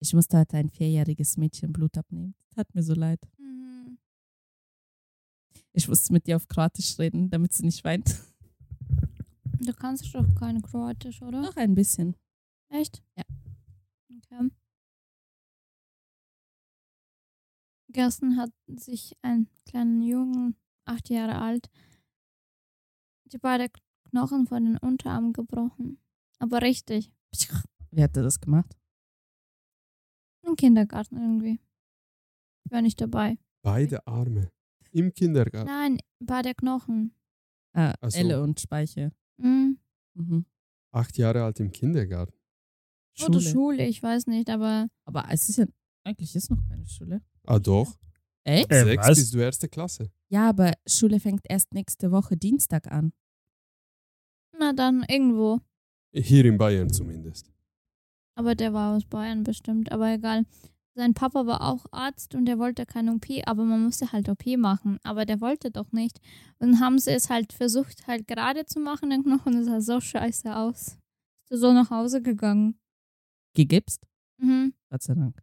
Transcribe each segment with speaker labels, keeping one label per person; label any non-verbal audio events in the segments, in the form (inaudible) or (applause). Speaker 1: Ich musste heute ein vierjähriges Mädchen Blut abnehmen. Hat mir so leid.
Speaker 2: Mhm.
Speaker 1: Ich muss mit ihr auf Kroatisch reden, damit sie nicht weint.
Speaker 2: Du kannst doch kein Kroatisch, oder?
Speaker 1: (laughs) Noch ein bisschen.
Speaker 2: Echt?
Speaker 1: Ja.
Speaker 2: Okay. Gestern hat sich ein kleiner Jungen, acht Jahre alt, die beiden Knochen von den Unterarmen gebrochen. Aber richtig.
Speaker 1: Wie hat er das gemacht?
Speaker 2: Im Kindergarten irgendwie. Ich war nicht dabei.
Speaker 3: Beide Arme. Im Kindergarten.
Speaker 2: Nein, bei der Knochen.
Speaker 1: Ah,
Speaker 3: Ach so.
Speaker 1: Elle und Speiche.
Speaker 2: Mhm.
Speaker 1: Mhm.
Speaker 3: Acht Jahre alt im Kindergarten.
Speaker 2: Oder Schule, ich weiß nicht, aber
Speaker 1: Aber es ist ja, eigentlich ist noch keine Schule.
Speaker 3: Ah doch.
Speaker 1: Echt?
Speaker 4: Äh,
Speaker 3: Sechs
Speaker 4: was?
Speaker 3: bis du erste Klasse.
Speaker 1: Ja, aber Schule fängt erst nächste Woche Dienstag an.
Speaker 2: na dann irgendwo.
Speaker 3: Hier in Bayern zumindest.
Speaker 2: Aber der war aus Bayern bestimmt, aber egal. Sein Papa war auch Arzt und er wollte keine OP, aber man musste halt OP machen. Aber der wollte doch nicht. Und dann haben sie es halt versucht, halt gerade zu machen, den Knochen. Das sah so scheiße aus. Ist so nach Hause gegangen.
Speaker 1: Gegibst?
Speaker 2: Mhm.
Speaker 1: Gott sei Dank.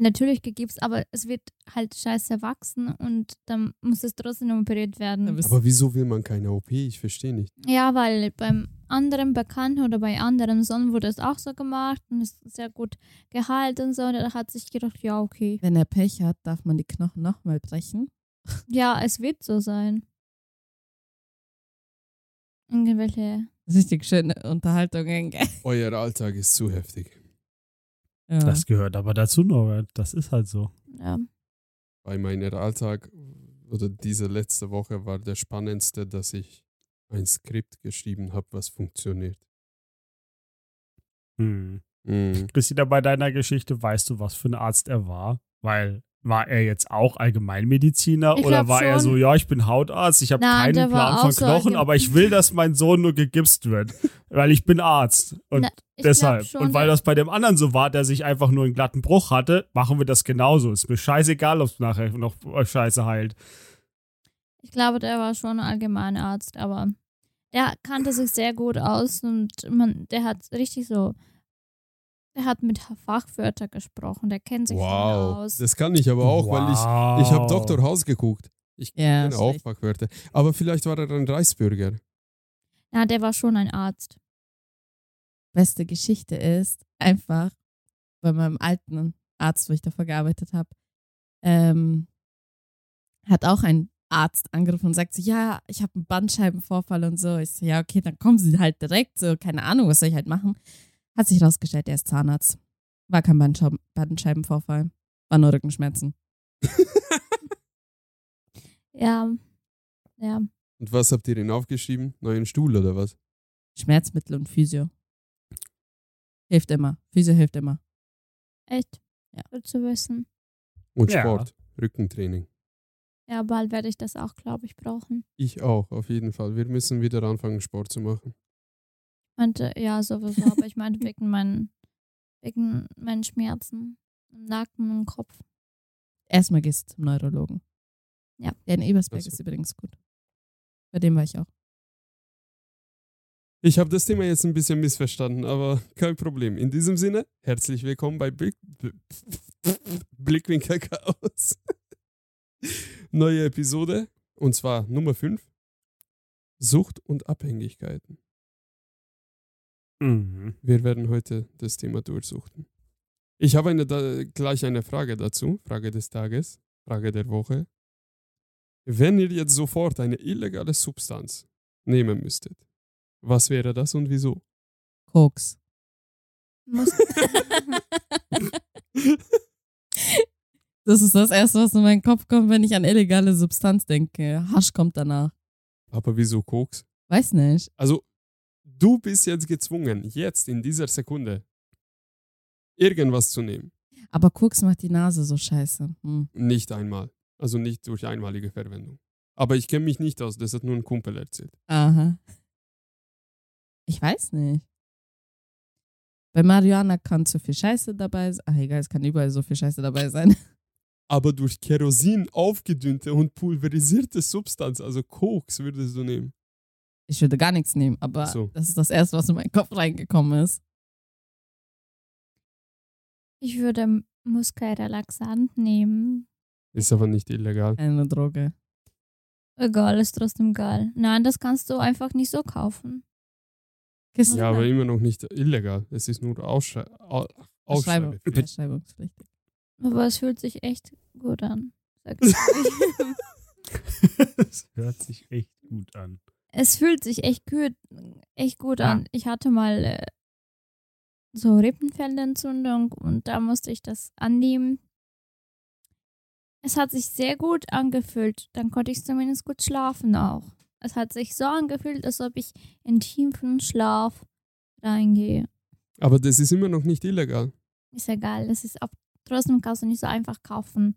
Speaker 2: Natürlich gegibt's, aber es wird halt scheiße wachsen und dann muss es trotzdem operiert werden.
Speaker 1: Dann bist-
Speaker 3: Aber wieso will man keine OP? Ich verstehe nicht.
Speaker 2: Ja, weil beim anderen Bekannten oder bei anderen Sohn wurde es auch so gemacht und ist sehr gut geheilt und so. Und er hat sich gedacht, ja, okay.
Speaker 1: Wenn er Pech hat, darf man die Knochen nochmal brechen.
Speaker 2: Ja, es wird so sein. Irgendwelche.
Speaker 1: Richtig schöne Unterhaltungen. gell?
Speaker 3: Euer Alltag ist zu heftig.
Speaker 1: Ja.
Speaker 4: Das gehört aber dazu, Norbert. Das ist halt so.
Speaker 2: Ja.
Speaker 3: Bei meinem Alltag oder diese letzte Woche war der spannendste, dass ich ein Skript geschrieben habe, was funktioniert.
Speaker 4: Hm.
Speaker 3: Mhm.
Speaker 4: Christina, bei deiner Geschichte weißt du, was für ein Arzt er war? Weil war er jetzt auch Allgemeinmediziner
Speaker 2: Ich
Speaker 4: oder
Speaker 2: glaub
Speaker 4: war er
Speaker 2: schon.
Speaker 4: so, ja, ich bin Hautarzt, ich habe
Speaker 2: Nein,
Speaker 4: keinen
Speaker 2: der war
Speaker 4: Plan von
Speaker 2: auch so
Speaker 4: Knochen,
Speaker 2: allgemein-
Speaker 4: aber ich will, dass mein Sohn nur gegipst
Speaker 2: (laughs)
Speaker 4: wird, weil ich bin Arzt. Und
Speaker 2: Na, ich
Speaker 4: deshalb.
Speaker 2: glaub schon,
Speaker 4: und weil das bei dem anderen so war, der sich einfach nur einen glatten Bruch hatte, machen wir das genauso. Ist mir scheißegal, ob es nachher noch äh, Scheiße heilt.
Speaker 2: Ich glaube, der war schon Allgemeinarzt, aber der kannte sich sehr gut aus und man, der hat richtig so, der hat mit Fachwörtern gesprochen, der kennt sich schon
Speaker 3: Wow.
Speaker 2: aus.
Speaker 3: Das kann ich aber auch, weil ich, ich habe Dr. House geguckt. Ich
Speaker 1: Ja,
Speaker 3: kenne auch
Speaker 1: schlecht.
Speaker 3: Fachwörter. Aber vielleicht war er ein Reichsbürger.
Speaker 2: Na, der war schon ein Arzt.
Speaker 1: beste Geschichte ist, einfach bei meinem alten Arzt, wo ich davor gearbeitet habe, ähm, hat auch ein Arzt angerufen und sagt so, ja, ich habe einen Bandscheibenvorfall und so. Ich so, ja, okay, dann kommen sie halt direkt, so, keine Ahnung, was soll ich halt machen. Hat sich rausgestellt, er ist Zahnarzt. War kein Bandschau- Bandscheibenvorfall, war nur Rückenschmerzen.
Speaker 2: Ja. Ja.
Speaker 3: Und was habt ihr denn aufgeschrieben? Neuen Stuhl oder was?
Speaker 1: Schmerzmittel und Physio. Hilft immer. Physio hilft immer.
Speaker 2: Echt.
Speaker 1: Ja.
Speaker 2: Gut zu wissen.
Speaker 3: Und
Speaker 4: Ja.
Speaker 3: Sport. Rückentraining.
Speaker 2: Ja, bald werde ich das auch, glaube ich, brauchen.
Speaker 3: Ich auch, auf jeden Fall. Wir müssen wieder anfangen, Sport zu machen.
Speaker 2: Meinte, äh, ja, sowieso, aber ich meinte wegen meinen, wegen meinen Schmerzen im Nacken und im Kopf.
Speaker 1: Erstmal gehst du zum Neurologen.
Speaker 2: Ja.
Speaker 1: Der in Ebersberg
Speaker 3: Ach so.
Speaker 1: ist übrigens gut. Bei dem war ich auch.
Speaker 3: Ich habe das Thema jetzt ein bisschen missverstanden, aber (laughs) kein Problem. In diesem Sinne, herzlich willkommen bei Blick, (laughs) Blickwinkel Chaos. (laughs) Neue Episode, und zwar Nummer 5. Sucht und Abhängigkeiten. (laughs)
Speaker 4: Mhm. (laughs)
Speaker 3: Wir werden heute das Thema durchsuchen. Ich habe eine, da, gleich eine Frage dazu. Frage des Tages, Frage der Woche. Wenn ihr jetzt sofort eine illegale Substanz nehmen müsstet, was wäre das und wieso?
Speaker 1: Koks.
Speaker 2: Muss,
Speaker 1: Das ist das Erste, was in meinen Kopf kommt, wenn ich an illegale Substanz denke. Hasch kommt danach.
Speaker 3: Aber wieso Koks?
Speaker 1: Weiß nicht.
Speaker 3: Also, du bist jetzt gezwungen, jetzt in dieser Sekunde irgendwas zu nehmen.
Speaker 1: Aber Koks macht die Nase so scheiße. Hm.
Speaker 3: Nicht einmal. Also nicht durch einmalige Verwendung. Aber ich kenne mich nicht aus, das hat nur ein Kumpel erzählt.
Speaker 1: Aha. Ich weiß nicht. Bei Marihuana kann zu viel Scheiße dabei sein. Ach egal, es kann überall so viel Scheiße dabei sein.
Speaker 3: aber durch Kerosin aufgedünnte und pulverisierte Substanz, also Koks, würdest du nehmen.
Speaker 1: Ich würde gar nichts nehmen, aber
Speaker 3: Ach so.
Speaker 1: das ist das Erste, was in meinen Kopf reingekommen ist.
Speaker 2: (laughs) Ich würde Muskai Relaxant nehmen.
Speaker 3: Ist aber nicht illegal.
Speaker 1: Eine Droge.
Speaker 2: Egal, ist trotzdem geil. Nein, das kannst du einfach nicht so kaufen.
Speaker 1: Kissen.
Speaker 3: Ja, aber immer noch nicht illegal. Es ist nur Ausschrei Au-
Speaker 1: Verschreibung.
Speaker 3: Ausschreibepflicht.
Speaker 1: Verschreibungspflichtig.
Speaker 2: Aber es fühlt sich echt gut an. Sag ich ehrlich.
Speaker 4: das hört sich echt gut an.
Speaker 2: es fühlt sich echt gut, echt gut
Speaker 4: Ja.
Speaker 2: an. Ich hatte mal äh, so Rippenfellentzündung und da musste ich das annehmen. Es hat sich sehr gut angefühlt. Dann konnte ich zumindest gut schlafen auch. Es hat sich so angefühlt, als ob ich in tiefen Schlaf reingehe.
Speaker 3: Aber das ist immer noch nicht illegal.
Speaker 2: Ist egal, es ist ab trotzdem kannst du nicht so einfach kaufen.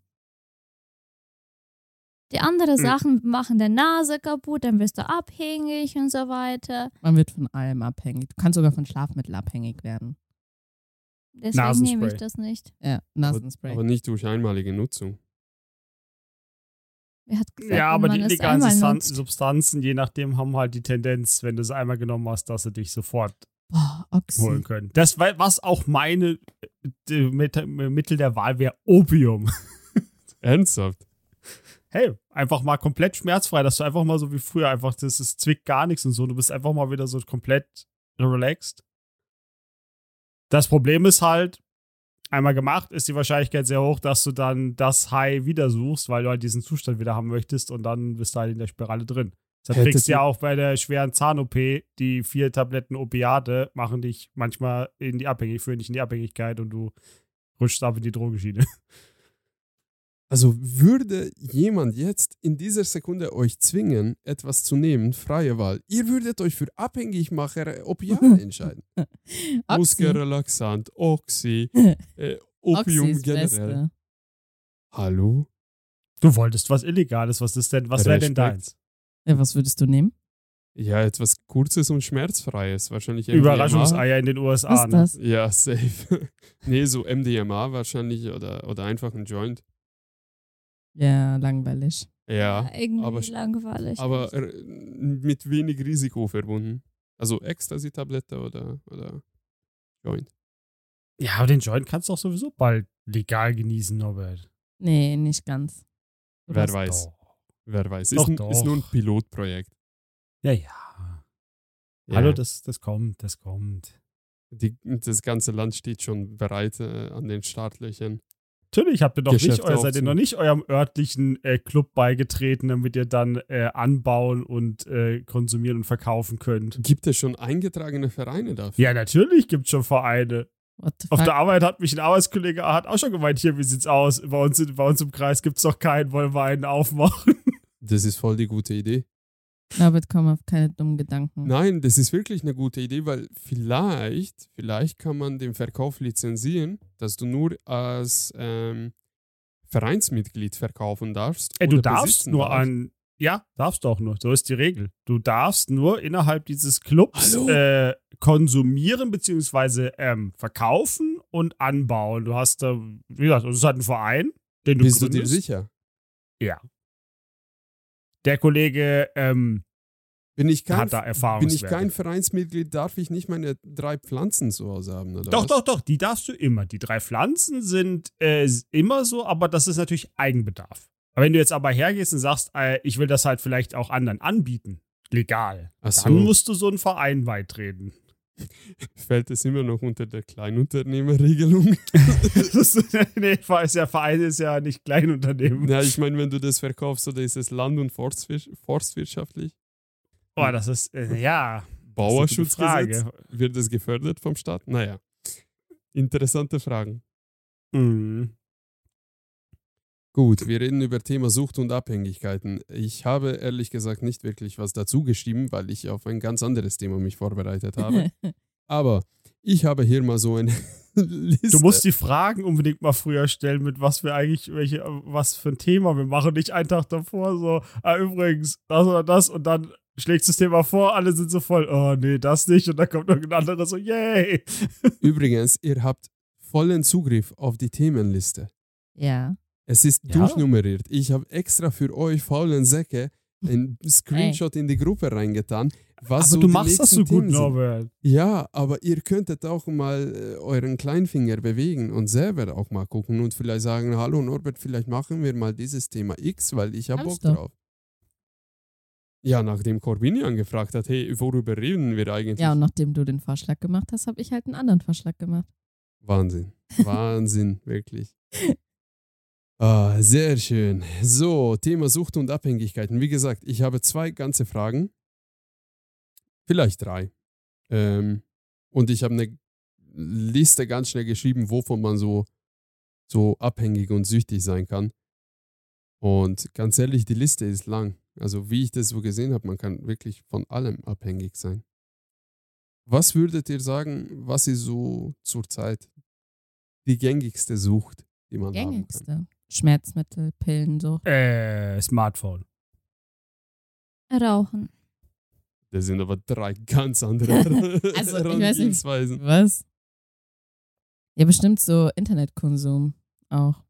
Speaker 2: Die anderen
Speaker 3: Mhm.
Speaker 2: Sachen machen der Nase kaputt, dann wirst du abhängig und so weiter.
Speaker 1: Man wird von allem abhängig. Du kannst sogar von Schlafmittel abhängig werden.
Speaker 2: Deswegen
Speaker 4: Nasenspray.
Speaker 2: nehme ich das nicht.
Speaker 1: Ja, Nasenspray.
Speaker 3: Aber nicht durch einmalige Nutzung.
Speaker 2: Wer hat gesagt,
Speaker 4: ja, aber
Speaker 2: wenn
Speaker 4: die
Speaker 2: man es
Speaker 4: illegalen
Speaker 2: einmal
Speaker 4: Substan
Speaker 2: nutzt?
Speaker 4: Substanzen, je nachdem, haben halt die Tendenz, wenn du es einmal genommen hast, dass sie dich sofort
Speaker 1: Boah,
Speaker 4: holen
Speaker 1: Oxy.
Speaker 4: können. Das war, was auch meine äh, die Met- Mittel der Wahl wäre Opium.
Speaker 3: Ernsthaft?
Speaker 4: Hey, einfach mal komplett schmerzfrei, dass du einfach mal so wie früher einfach, das ist zwickt gar nichts und so, du bist einfach mal wieder so komplett relaxed. Das Problem ist halt, einmal gemacht, ist die Wahrscheinlichkeit sehr hoch, dass du dann das High wieder suchst, weil du halt diesen Zustand wieder haben möchtest und dann bist du halt in der Spirale drin. Deshalb
Speaker 3: Hättet
Speaker 4: kriegst du ja
Speaker 3: ihr-
Speaker 4: auch bei der schweren Zahn-OP die vier Tabletten Opiate machen dich manchmal in die Abhängigkeit, führen dich in die Abhängigkeit und du rutschst ab in die Drogenschiene. (laughs)
Speaker 3: Also würde jemand jetzt in dieser Sekunde euch zwingen, etwas zu nehmen, freie Wahl, ihr würdet euch für
Speaker 1: (laughs)
Speaker 3: Abhängigmacher Opiate entscheiden.
Speaker 1: Oxy.
Speaker 3: Muskelrelaxant, Oxy,
Speaker 1: (laughs)
Speaker 3: äh,
Speaker 1: Oxy
Speaker 3: Opium
Speaker 1: ist
Speaker 3: generell.
Speaker 1: Beste.
Speaker 3: Hallo?
Speaker 4: Du wolltest was Illegales, was ist denn, was wäre denn
Speaker 3: Respekt.
Speaker 4: deins?
Speaker 1: Ja, was würdest du nehmen?
Speaker 3: Ja, etwas Kurzes und Schmerzfreies. Wahrscheinlich MDMA.
Speaker 4: Überraschungseier in den USA.
Speaker 1: Was ist
Speaker 4: ne?
Speaker 1: das?
Speaker 3: Ja, safe. (laughs) nee, so MDMA wahrscheinlich oder, oder einfach ein Joint.
Speaker 1: Ja, langweilig.
Speaker 3: Ja,
Speaker 2: irgendwie
Speaker 3: aber-
Speaker 2: langweilig.
Speaker 3: aber äh, mit wenig Risiko verbunden. Also Ecstasy-Tablette oder, oder Joint.
Speaker 4: Ja, aber den Joint kannst du auch sowieso bald legal genießen, Norbert.
Speaker 1: Nee, nicht ganz.
Speaker 3: Wer weiß,
Speaker 4: Doch.
Speaker 3: wer weiß. Ist,
Speaker 4: Doch,
Speaker 3: n- ist nur ein
Speaker 4: doch.
Speaker 3: Pilotprojekt.
Speaker 4: Ja, ja.
Speaker 3: Ja,
Speaker 4: Hallo, das, das kommt, das kommt.
Speaker 3: die, das ganze Land steht schon bereit äh, an den Startlöchern.
Speaker 4: Natürlich habt ihr noch nicht,
Speaker 3: Geschäfte
Speaker 4: euer, seid ihr
Speaker 3: aufzu-
Speaker 4: noch nicht eurem örtlichen äh, Club beigetreten, damit ihr dann äh, anbauen und äh, konsumieren und verkaufen könnt.
Speaker 3: Gibt es schon eingetragene Vereine dafür?
Speaker 4: Ja, natürlich gibt's schon Vereine.
Speaker 1: What the
Speaker 4: Auf
Speaker 1: fuck?
Speaker 4: der Arbeit hat mich ein Arbeitskollege hat auch schon gemeint, hier, wie sieht's aus? Bei uns, in- bei uns im Kreis gibt's doch keinen, wollen wir einen aufmachen.
Speaker 3: Das ist voll die gute Idee.
Speaker 1: David, komm auf keine dummen Gedanken.
Speaker 3: Nein, das ist wirklich eine gute Idee, weil vielleicht, vielleicht kann man den Verkauf lizenzieren, dass du nur als ähm, Vereinsmitglied verkaufen darfst.
Speaker 4: Ey, Äh, du
Speaker 3: oder
Speaker 4: darfst
Speaker 3: besitzen
Speaker 4: nur
Speaker 3: darfst.
Speaker 4: an. Ja, darfst du auch nur. So ist die Regel. Du darfst nur innerhalb dieses Clubs
Speaker 3: Hallo?
Speaker 4: äh, konsumieren beziehungsweise ähm, verkaufen und anbauen. Du hast, da, wie gesagt, es ist halt ein Verein, den du
Speaker 3: Bist du dir
Speaker 4: gründest.
Speaker 3: sicher?
Speaker 4: Der Kollege ähm,
Speaker 3: Bin ich kein,
Speaker 4: hat da
Speaker 3: bin ich
Speaker 4: Erfahrungswerte.
Speaker 3: kein Vereinsmitglied, darf ich nicht meine drei Pflanzen zu Hause haben? Oder
Speaker 4: doch,
Speaker 3: was?
Speaker 4: doch, doch, die darfst du immer. Die drei Pflanzen sind äh, immer so, aber das ist natürlich Eigenbedarf. Aber wenn du jetzt aber hergehst und sagst, äh, ich will das halt vielleicht auch anderen anbieten, legal,
Speaker 3: Ach so,
Speaker 4: dann musst du so einen Verein beitreten.
Speaker 3: fällt es immer noch unter der Kleinunternehmerregelung? (laughs)
Speaker 4: (laughs) Das ist, nee, weil es ja Verein ist ja nicht Kleinunternehmen.
Speaker 3: Na, ich meine, wenn du das verkaufst, oder ist es land- und Forstwir forstwirtschaftlich?
Speaker 4: Boah, das ist, äh, ja. das ist eine gute
Speaker 3: Bauerschutzgesetz?
Speaker 4: Frage.
Speaker 3: Wird das gefördert vom Staat? Naja, interessante Fragen.
Speaker 4: Mhm.
Speaker 3: Gut, wir reden über Thema Sucht und Abhängigkeiten. Ich habe ehrlich gesagt nicht wirklich was dazu geschrieben, weil ich auf ein ganz anderes Thema mich vorbereitet habe.
Speaker 4: (laughs)
Speaker 3: Aber ich habe hier mal so eine (laughs) Liste.
Speaker 4: Du musst die Fragen unbedingt mal früher stellen, mit was wir eigentlich, welche, was für ein Thema wir machen. Nicht einen Tag davor so, ah, übrigens, das oder das und dann schlägst du das Thema vor, alle sind so voll, oh nee, das nicht und dann kommt irgendein anderer so, yay.
Speaker 3: Übrigens, ihr habt vollen Zugriff auf die Themenliste.
Speaker 1: (laughs) Ja.
Speaker 3: Es ist
Speaker 4: Ja.
Speaker 3: durchnummeriert. Ich habe extra für euch faulen Säcke einen Screenshot in die Gruppe reingetan. Was so
Speaker 4: aber du
Speaker 3: die
Speaker 4: machst das so
Speaker 3: nächsten
Speaker 4: gut,
Speaker 3: Themen sind.
Speaker 4: Norbert.
Speaker 3: Ja, aber ihr könntet auch mal äh, euren Kleinfinger bewegen und selber auch mal gucken und vielleicht sagen, hallo Norbert, vielleicht machen wir mal dieses Thema X, weil ich habe
Speaker 1: Kannst
Speaker 3: Bock
Speaker 1: du.
Speaker 3: drauf. Ja, nachdem Corbinian gefragt hat, hey, worüber reden wir eigentlich?
Speaker 1: Ja, und nachdem du den Vorschlag gemacht hast, habe ich halt einen anderen Vorschlag gemacht.
Speaker 3: Wahnsinn. Wahnsinn, wirklich. Ah, sehr schön. So, Thema Sucht und Abhängigkeiten. Wie gesagt, ich habe zwei ganze Fragen. Vielleicht drei. Ähm, und ich habe eine Liste ganz schnell geschrieben, wovon man so, so abhängig und süchtig sein kann. Und ganz ehrlich, die Liste ist lang. Also wie ich das so gesehen habe, man kann wirklich von allem abhängig sein. Was würdet ihr sagen, was ist so zurzeit die gängigste Sucht, die man haben
Speaker 1: Gängigste. Schmerzmittel, Pillen, so.
Speaker 4: Äh, Smartphone.
Speaker 3: äh,
Speaker 2: Rauchen.
Speaker 3: kann? Das sind aber drei (laughs) ganz andere
Speaker 1: Also, ich weiß nicht.
Speaker 3: Herangehensweisen.
Speaker 1: Was? Ja, bestimmt so Internetkonsum auch.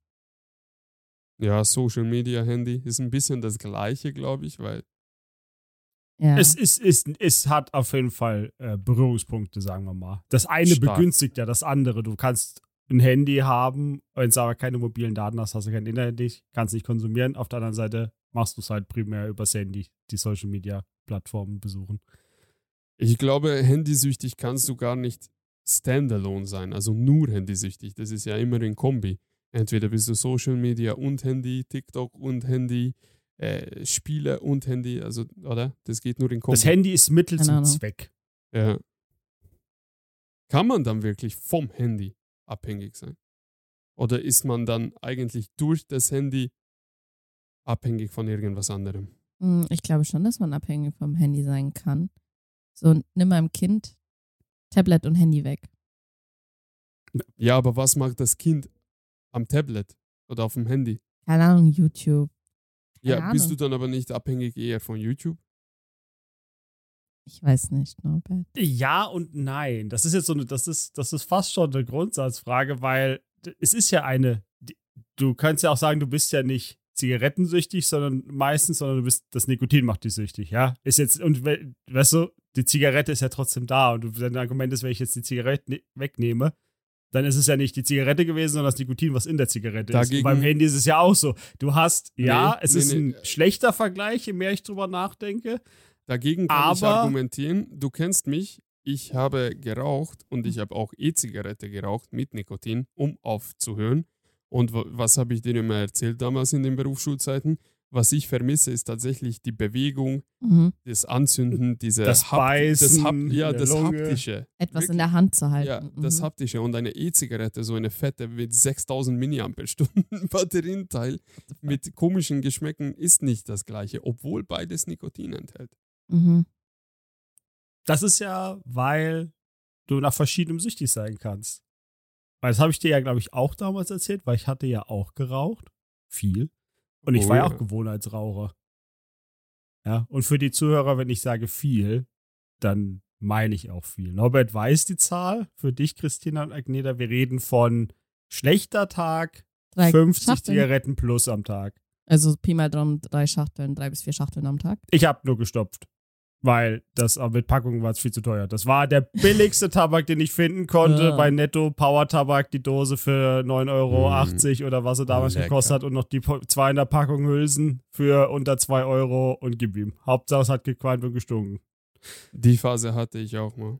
Speaker 3: Ja, Social Media, Handy ist ein bisschen das Gleiche, glaube ich, weil
Speaker 1: Ja.
Speaker 4: Es, ist, ist, es hat auf jeden Fall äh, Berührungspunkte, sagen wir mal. Das eine
Speaker 3: Stark.
Speaker 4: begünstigt ja das andere. Du kannst ein Handy haben, wenn du aber keine mobilen Daten hast, hast du kein Internet nicht, kannst nicht konsumieren. Auf der anderen Seite machst du es halt primär übers Handy, die Social Media Plattformen besuchen.
Speaker 3: ich glaube, handysüchtig kannst du gar nicht standalone sein, also nur handysüchtig. Das ist ja immer ein Kombi. Entweder bist du Social Media und Handy, TikTok und Handy, äh, Spiele und Handy, also, oder? Das geht nur in Kombi.
Speaker 4: Das Handy ist Mittel
Speaker 1: Keine
Speaker 4: zum
Speaker 1: Ahnung.
Speaker 4: Zweck.
Speaker 3: Ja. Äh, Kann man dann wirklich vom Handy abhängig sein? Oder ist man dann eigentlich durch das Handy abhängig von irgendwas anderem?
Speaker 1: Hm, Ich glaube schon, dass man abhängig vom Handy sein kann. So, nimm meinem Kind Tablet und Handy weg.
Speaker 3: Ja, aber was macht das Kind am Tablet oder auf dem Handy?
Speaker 1: Keine Ahnung, YouTube.
Speaker 3: Ja,
Speaker 1: Keine
Speaker 3: bist du
Speaker 1: Ahnung.
Speaker 3: dann aber nicht abhängig eher von YouTube?
Speaker 1: Ich weiß nicht, ne, Norbert.
Speaker 4: Ja und nein. Das ist jetzt so eine, das ist, das ist fast schon eine Grundsatzfrage, weil d- es ist ja eine, die- du kannst ja auch sagen, du bist ja nicht zigarettensüchtig, sondern meistens, sondern du bist, das Nikotin macht dich süchtig, ja. Ist jetzt, und we, weißt du, die Zigarette ist ja trotzdem da und du- dein Argument ist, wenn ich jetzt die Zigarette ne- wegnehme, dann ist es ja nicht die Zigarette gewesen, sondern das Nikotin, was in der Zigarette ist. Und
Speaker 3: Dagegen-
Speaker 4: beim Handy ist es ja auch so. Du hast,
Speaker 3: Nee,
Speaker 4: ja, es
Speaker 3: nee,
Speaker 4: ist
Speaker 3: nee. äh,
Speaker 4: ein schlechter Vergleich, je mehr ich drüber nachdenke.
Speaker 3: Dagegen kann ich
Speaker 4: Aber-
Speaker 3: argumentieren, du kennst mich, ich habe geraucht und ich habe auch E-Zigarette geraucht mit Nikotin, um aufzuhören. Und wa- was habe ich dir immer erzählt damals in den Berufsschulzeiten? Was ich vermisse, ist tatsächlich die Bewegung,
Speaker 1: Mhm.
Speaker 3: das Anzünden, diese
Speaker 4: Das
Speaker 3: das
Speaker 4: Beißen
Speaker 3: ja,
Speaker 4: in der
Speaker 3: das
Speaker 4: Lunge.
Speaker 3: Haptische.
Speaker 1: Etwas in
Speaker 3: Wirklich?
Speaker 1: der Hand zu halten.
Speaker 3: Ja,
Speaker 1: mhm.
Speaker 3: das Haptische und eine E-Zigarette, so eine fette mit 6000 Milliampere-Stunden (laughs) Batterienteil mit komischen Geschmäcken ist nicht das gleiche, obwohl beides Nikotin enthält.
Speaker 1: Mhm.
Speaker 4: Das ist ja, weil du nach verschiedenem süchtig sein kannst. Weil das habe ich dir ja, glaube ich, auch damals erzählt, weil ich hatte ja auch geraucht. Viel. Und ich
Speaker 3: Oh
Speaker 4: war ja
Speaker 3: ja.
Speaker 4: auch Gewohnheitsraucher. Ja, und für die Zuhörer, wenn ich sage viel, dann meine ich auch viel. Norbert weiß die Zahl. Für dich, Christina und Agneta, wir reden von schlechter Tag,
Speaker 1: Drei
Speaker 4: 50
Speaker 1: Schachteln.
Speaker 4: Zigaretten plus am Tag.
Speaker 1: Also Pi mal Daumen, drei Schachteln, drei bis vier Schachteln am Tag.
Speaker 4: Ich habe nur gestopft. Weil das äh, mit Packungen war es viel zu teuer. Das war der billigste Tabak, den ich finden konnte.
Speaker 1: Ja.
Speaker 4: Bei Netto Power Tabak, die Dose für 9,80 Euro oder was er damals
Speaker 3: Lecker.
Speaker 4: gekostet hat. Und noch die 200 Packung Hülsen für unter 2 Euro und gib ihm. Hauptsache es hat gequalmt und gestunken.
Speaker 3: Die Phase hatte ich auch mal.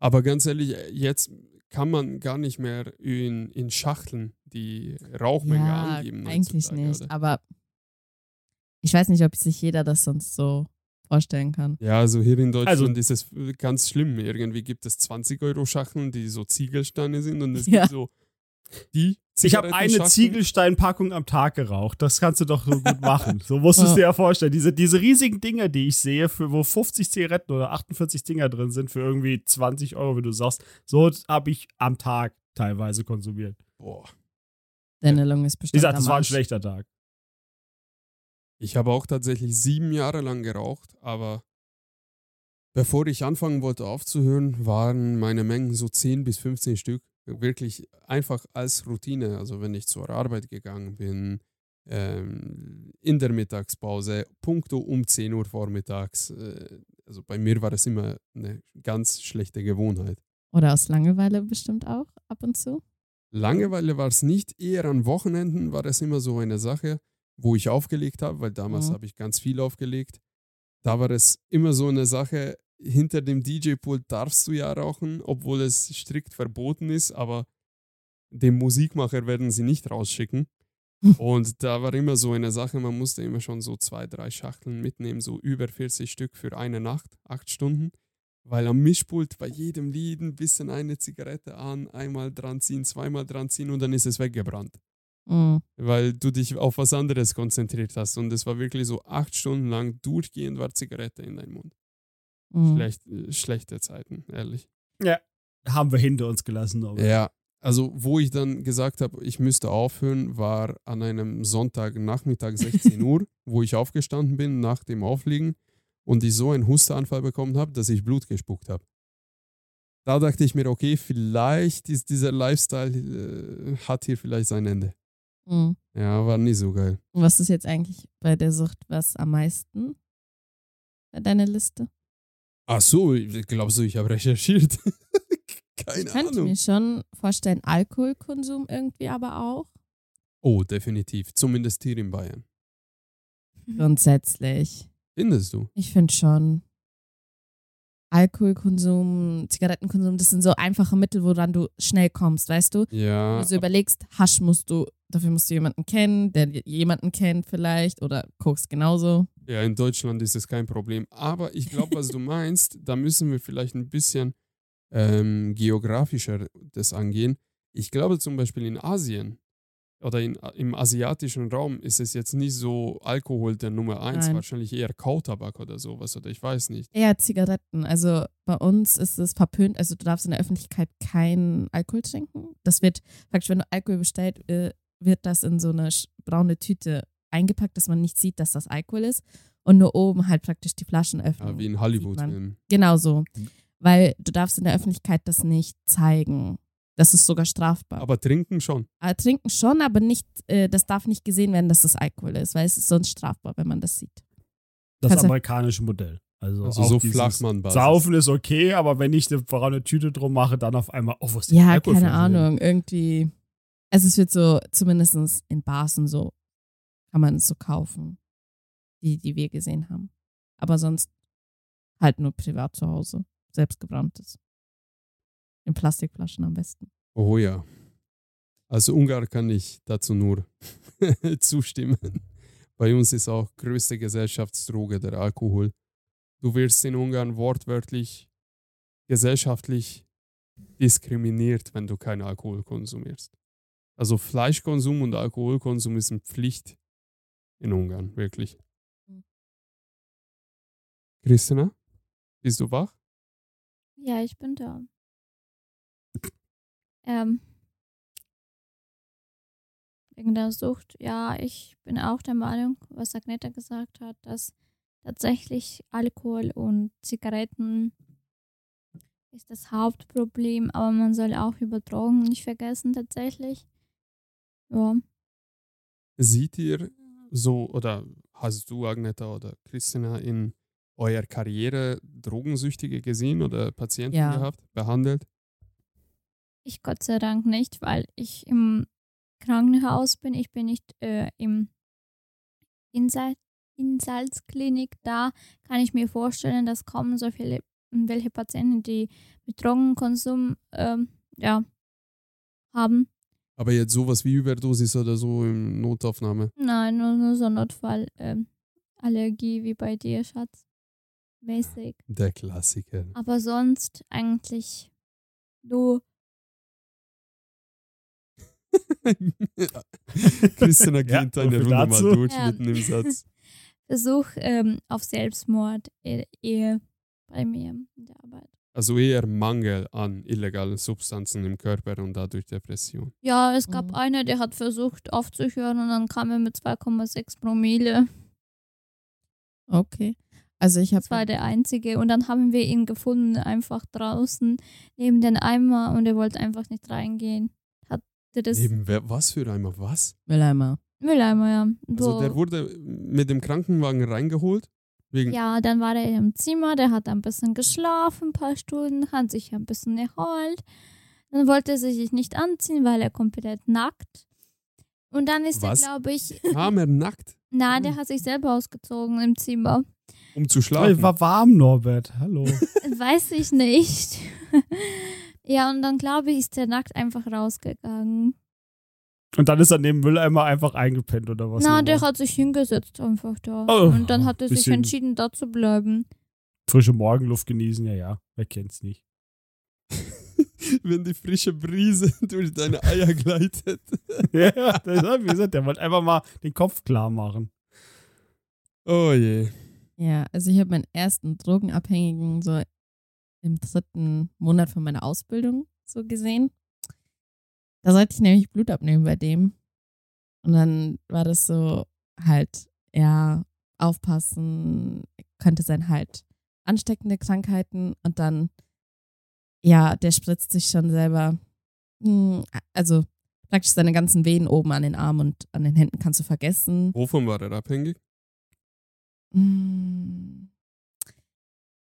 Speaker 3: Aber ganz ehrlich, jetzt kann man gar nicht mehr in, in Schachteln die Rauchmenge
Speaker 1: ja,
Speaker 3: angeben.
Speaker 1: eigentlich
Speaker 3: heutzutage,
Speaker 1: nicht.
Speaker 3: oder?
Speaker 1: Aber ich weiß nicht, ob sich jeder das sonst so vorstellen kann.
Speaker 3: Ja, also hier in Deutschland
Speaker 4: Also-
Speaker 3: ist es ganz schlimm. Irgendwie gibt es 20-Euro-Schachteln, die so Ziegelsteine sind und es
Speaker 1: Ja.
Speaker 3: gibt so die
Speaker 4: Ich habe eine
Speaker 3: Zigarettenschachteln.
Speaker 4: Ziegelsteinpackung am Tag geraucht. Das kannst du doch so gut machen. So musst du es
Speaker 1: Ja.
Speaker 4: dir ja vorstellen. Diese, diese riesigen Dinger, die ich sehe, für, wo 50 Zigaretten oder 48 Dinger drin sind, für irgendwie 20 Euro, wie du sagst. So habe ich am Tag teilweise konsumiert.
Speaker 3: Boah.
Speaker 1: Deine Lunge ist
Speaker 4: Wie
Speaker 1: bestimmt
Speaker 4: gesagt,
Speaker 1: am
Speaker 4: das war ein
Speaker 1: Arsch.
Speaker 4: schlechter Tag.
Speaker 3: Ich habe auch tatsächlich sieben Jahre lang geraucht, aber bevor ich anfangen wollte aufzuhören, waren meine Mengen so 10 bis 15 Stück. Wirklich einfach als Routine. Also wenn ich zur Arbeit gegangen bin, ähm, in der Mittagspause, punkto um 10 Uhr vormittags. Äh, also bei mir war das immer eine ganz schlechte Gewohnheit.
Speaker 1: Oder aus Langeweile bestimmt auch ab und zu.
Speaker 3: Langeweile war es nicht, eher an Wochenenden war es immer so eine Sache, wo ich aufgelegt habe, weil damals
Speaker 1: Mhm.
Speaker 3: habe ich ganz viel aufgelegt. Da war es immer so eine Sache, hinter dem DJ-Pult darfst du ja rauchen, obwohl es strikt verboten ist, aber dem Musikmacher werden sie nicht rausschicken. Und da war immer so eine Sache, man musste immer schon so zwei, drei Schachteln mitnehmen, so über 40 Stück für eine Nacht, acht Stunden. Weil am Mischpult bei jedem Lied ein bisschen eine Zigarette an, einmal dran ziehen, zweimal dran ziehen und dann ist es weggebrannt.
Speaker 1: Mhm.
Speaker 3: Weil du dich auf was anderes konzentriert hast. Und es war wirklich so acht Stunden lang durchgehend war Zigarette in deinem Mund.
Speaker 1: Mhm.
Speaker 3: Schlecht, äh, schlechte Zeiten, ehrlich.
Speaker 4: Haben wir hinter uns gelassen. Aber.
Speaker 3: Ja, also wo ich dann gesagt habe, ich müsste aufhören, war an einem Sonntagnachmittag 16 Uhr, wo ich aufgestanden bin nach dem Aufliegen und ich so einen Husteanfall bekommen habe, dass ich Blut gespuckt habe. Da dachte ich mir, okay, vielleicht ist dieser Lifestyle, äh, hat hier vielleicht sein Ende.
Speaker 1: Mhm.
Speaker 3: Ja, war nicht so geil.
Speaker 1: Und was ist jetzt eigentlich bei der Sucht was am meisten? Bei deiner Liste?
Speaker 3: Ach so, glaubst du, ich habe recherchiert? (laughs)
Speaker 1: ich
Speaker 3: Keine
Speaker 1: könnte mir
Speaker 3: Ahnung.
Speaker 1: schon vorstellen, Alkoholkonsum irgendwie aber auch.
Speaker 3: Oh, definitiv. Zumindest hier in Bayern.
Speaker 1: Grundsätzlich.
Speaker 3: Findest du?
Speaker 1: Ich finde schon. Alkoholkonsum, Zigarettenkonsum, das sind so einfache Mittel, woran du schnell kommst, weißt du?
Speaker 3: Ja.
Speaker 1: Wenn du so überlegst, Hasch musst du, dafür musst du jemanden kennen, der jemanden kennt vielleicht oder Koks genauso.
Speaker 3: Ja, in Deutschland ist es kein Problem. Aber ich glaube, was du meinst, da müssen wir vielleicht ein bisschen ähm, geografischer das angehen. Ich glaube zum Beispiel in Asien oder in, im asiatischen Raum ist es jetzt nicht so Alkohol der Nummer eins,
Speaker 1: Nein.
Speaker 3: wahrscheinlich eher Kautabak oder sowas oder ich weiß nicht.
Speaker 1: Eher Zigaretten. Also bei uns ist es verpönt, also du darfst in der Öffentlichkeit keinen Alkohol trinken. Das wird praktisch, wenn du Alkohol bestellst, äh, wird das in so eine sch- braune Tüte eingepackt, dass man nicht sieht, dass das Alkohol ist. Und nur oben halt praktisch die Flaschen öffnen.
Speaker 3: Ja, äh, Ah, wie in Hollywood.
Speaker 1: man.
Speaker 3: wenn-
Speaker 1: Genau so.
Speaker 3: Mhm.
Speaker 1: Weil du darfst in der Öffentlichkeit das nicht zeigen. Das ist sogar strafbar.
Speaker 3: Aber trinken schon.
Speaker 1: Aber trinken schon, aber nicht, äh, das darf nicht gesehen werden, dass das Alkohol ist, weil es ist sonst strafbar, wenn man das sieht.
Speaker 4: Das
Speaker 1: Kannst du-
Speaker 4: amerikanische Modell. Also,
Speaker 3: Also
Speaker 4: auch
Speaker 3: so
Speaker 4: dieses
Speaker 3: Flachmann-Basis.
Speaker 4: Saufen ist okay, aber wenn ich ne, eine braune Tüte drum mache, dann auf einmal, oh, was ist
Speaker 1: Ja,
Speaker 4: Alkohol
Speaker 1: keine
Speaker 4: für ein Leben?
Speaker 1: Ahnung, irgendwie. Also es wird so, zumindest in Bars und so, kann man es so kaufen, die, die wir gesehen haben. Aber sonst halt nur privat zu Hause, selbstgebranntes. In Plastikflaschen am besten.
Speaker 3: Oh ja. Also Ungar kann ich dazu nur (laughs) zustimmen. Bei uns ist auch größte Gesellschaftsdroge der Alkohol. Du wirst in Ungarn wortwörtlich gesellschaftlich diskriminiert, wenn du keinen Alkohol konsumierst. Also Fleischkonsum und Alkoholkonsum ist eine Pflicht in Ungarn, wirklich. Christina, bist du wach?
Speaker 2: Ja, ich bin da. Ähm, wegen der Sucht, ja, ich bin auch der Meinung, was Agneta gesagt hat, dass tatsächlich Alkohol und Zigaretten ist das Hauptproblem, aber man soll auch über Drogen nicht vergessen tatsächlich. Ja,
Speaker 3: Seht ihr so oder hast du, Agneta oder Christina, in eurer Karriere Drogensüchtige gesehen oder Patienten
Speaker 1: Ja.
Speaker 3: gehabt, behandelt?
Speaker 2: ich Gott sei Dank nicht, weil ich im Krankenhaus bin. Ich bin nicht äh, im Insal Insalzklinik. Da kann ich mir vorstellen, dass kommen so viele welche Patienten, die mit Drogenkonsum ähm, ja, haben.
Speaker 3: Aber jetzt sowas wie Überdosis oder so in Notaufnahme.
Speaker 2: Nein, nur, nur so Notfall. Ähm, Allergie wie bei dir, Schatz. Mäßig.
Speaker 3: Der Klassiker.
Speaker 2: Aber sonst eigentlich du.
Speaker 3: (laughs) (laughs) Christina geht
Speaker 4: Ja, so
Speaker 3: eine
Speaker 4: viel
Speaker 3: Runde
Speaker 4: dazu.
Speaker 3: mal durch
Speaker 2: Ja.
Speaker 3: mit dem Satz.
Speaker 2: Versuch ähm, auf Selbstmord eh- eher bei mir in der Arbeit.
Speaker 3: Also eher Mangel an illegalen Substanzen im Körper und dadurch Depression.
Speaker 2: Ja, es gab
Speaker 1: Mhm.
Speaker 2: einer, der hat versucht aufzuhören und dann kam er mit 2,6 Promille.
Speaker 1: Okay. Also ich habe
Speaker 2: Das war der einzige. Und dann haben wir ihn gefunden, einfach draußen neben den Eimer und er wollte einfach nicht reingehen. Hatte das
Speaker 3: Neben wer, was für einmal was?
Speaker 1: Mülleimer.
Speaker 2: Mülleimer, ja.
Speaker 3: Also
Speaker 2: Wo-
Speaker 3: der wurde mit dem Krankenwagen reingeholt. Wegen,
Speaker 2: ja, dann war er im Zimmer, der hat ein bisschen geschlafen, ein paar Stunden, hat sich ein bisschen erholt. Dann wollte er sich nicht anziehen, weil er komplett nackt. Und dann ist
Speaker 3: Was?
Speaker 2: er, glaube ich,
Speaker 3: kam er nackt,
Speaker 2: na, der hat sich selber ausgezogen im Zimmer.
Speaker 3: um zu
Speaker 4: Ey,
Speaker 3: schlafen.
Speaker 4: war warm, Norbert.
Speaker 3: (laughs)
Speaker 4: Hallo.
Speaker 2: Weiß ich nicht. (laughs) ja, und dann glaube ich, ist der nackt einfach rausgegangen.
Speaker 4: Und dann ist er neben Mülleimer einfach eingepennt oder was?
Speaker 2: na,
Speaker 4: Norbert?
Speaker 2: der hat sich hingesetzt einfach da.
Speaker 4: Oh,
Speaker 2: und dann hat er sich
Speaker 4: bisschen-
Speaker 2: entschieden, da zu bleiben.
Speaker 4: Frische Morgenluft genießen, ja, ja. Wer kennt's nicht?
Speaker 3: Wenn die frische Brise (laughs) durch deine Eier gleitet.
Speaker 4: ja, das ist, halt, wie gesagt, der wollte einfach mal den Kopf klar machen.
Speaker 3: Oh je.
Speaker 1: Ja, also ich habe meinen ersten Drogenabhängigen so im dritten Monat von meiner Ausbildung so gesehen. Da sollte ich nämlich Blut abnehmen bei dem. Und dann war das so halt, ja, aufpassen, könnte sein halt ansteckende Krankheiten und dann, ja, der spritzt sich schon selber, hm, also praktisch seine ganzen Venen oben an den Armen und an den Händen kannst du vergessen.
Speaker 3: Wovon war er abhängig?
Speaker 1: Mm.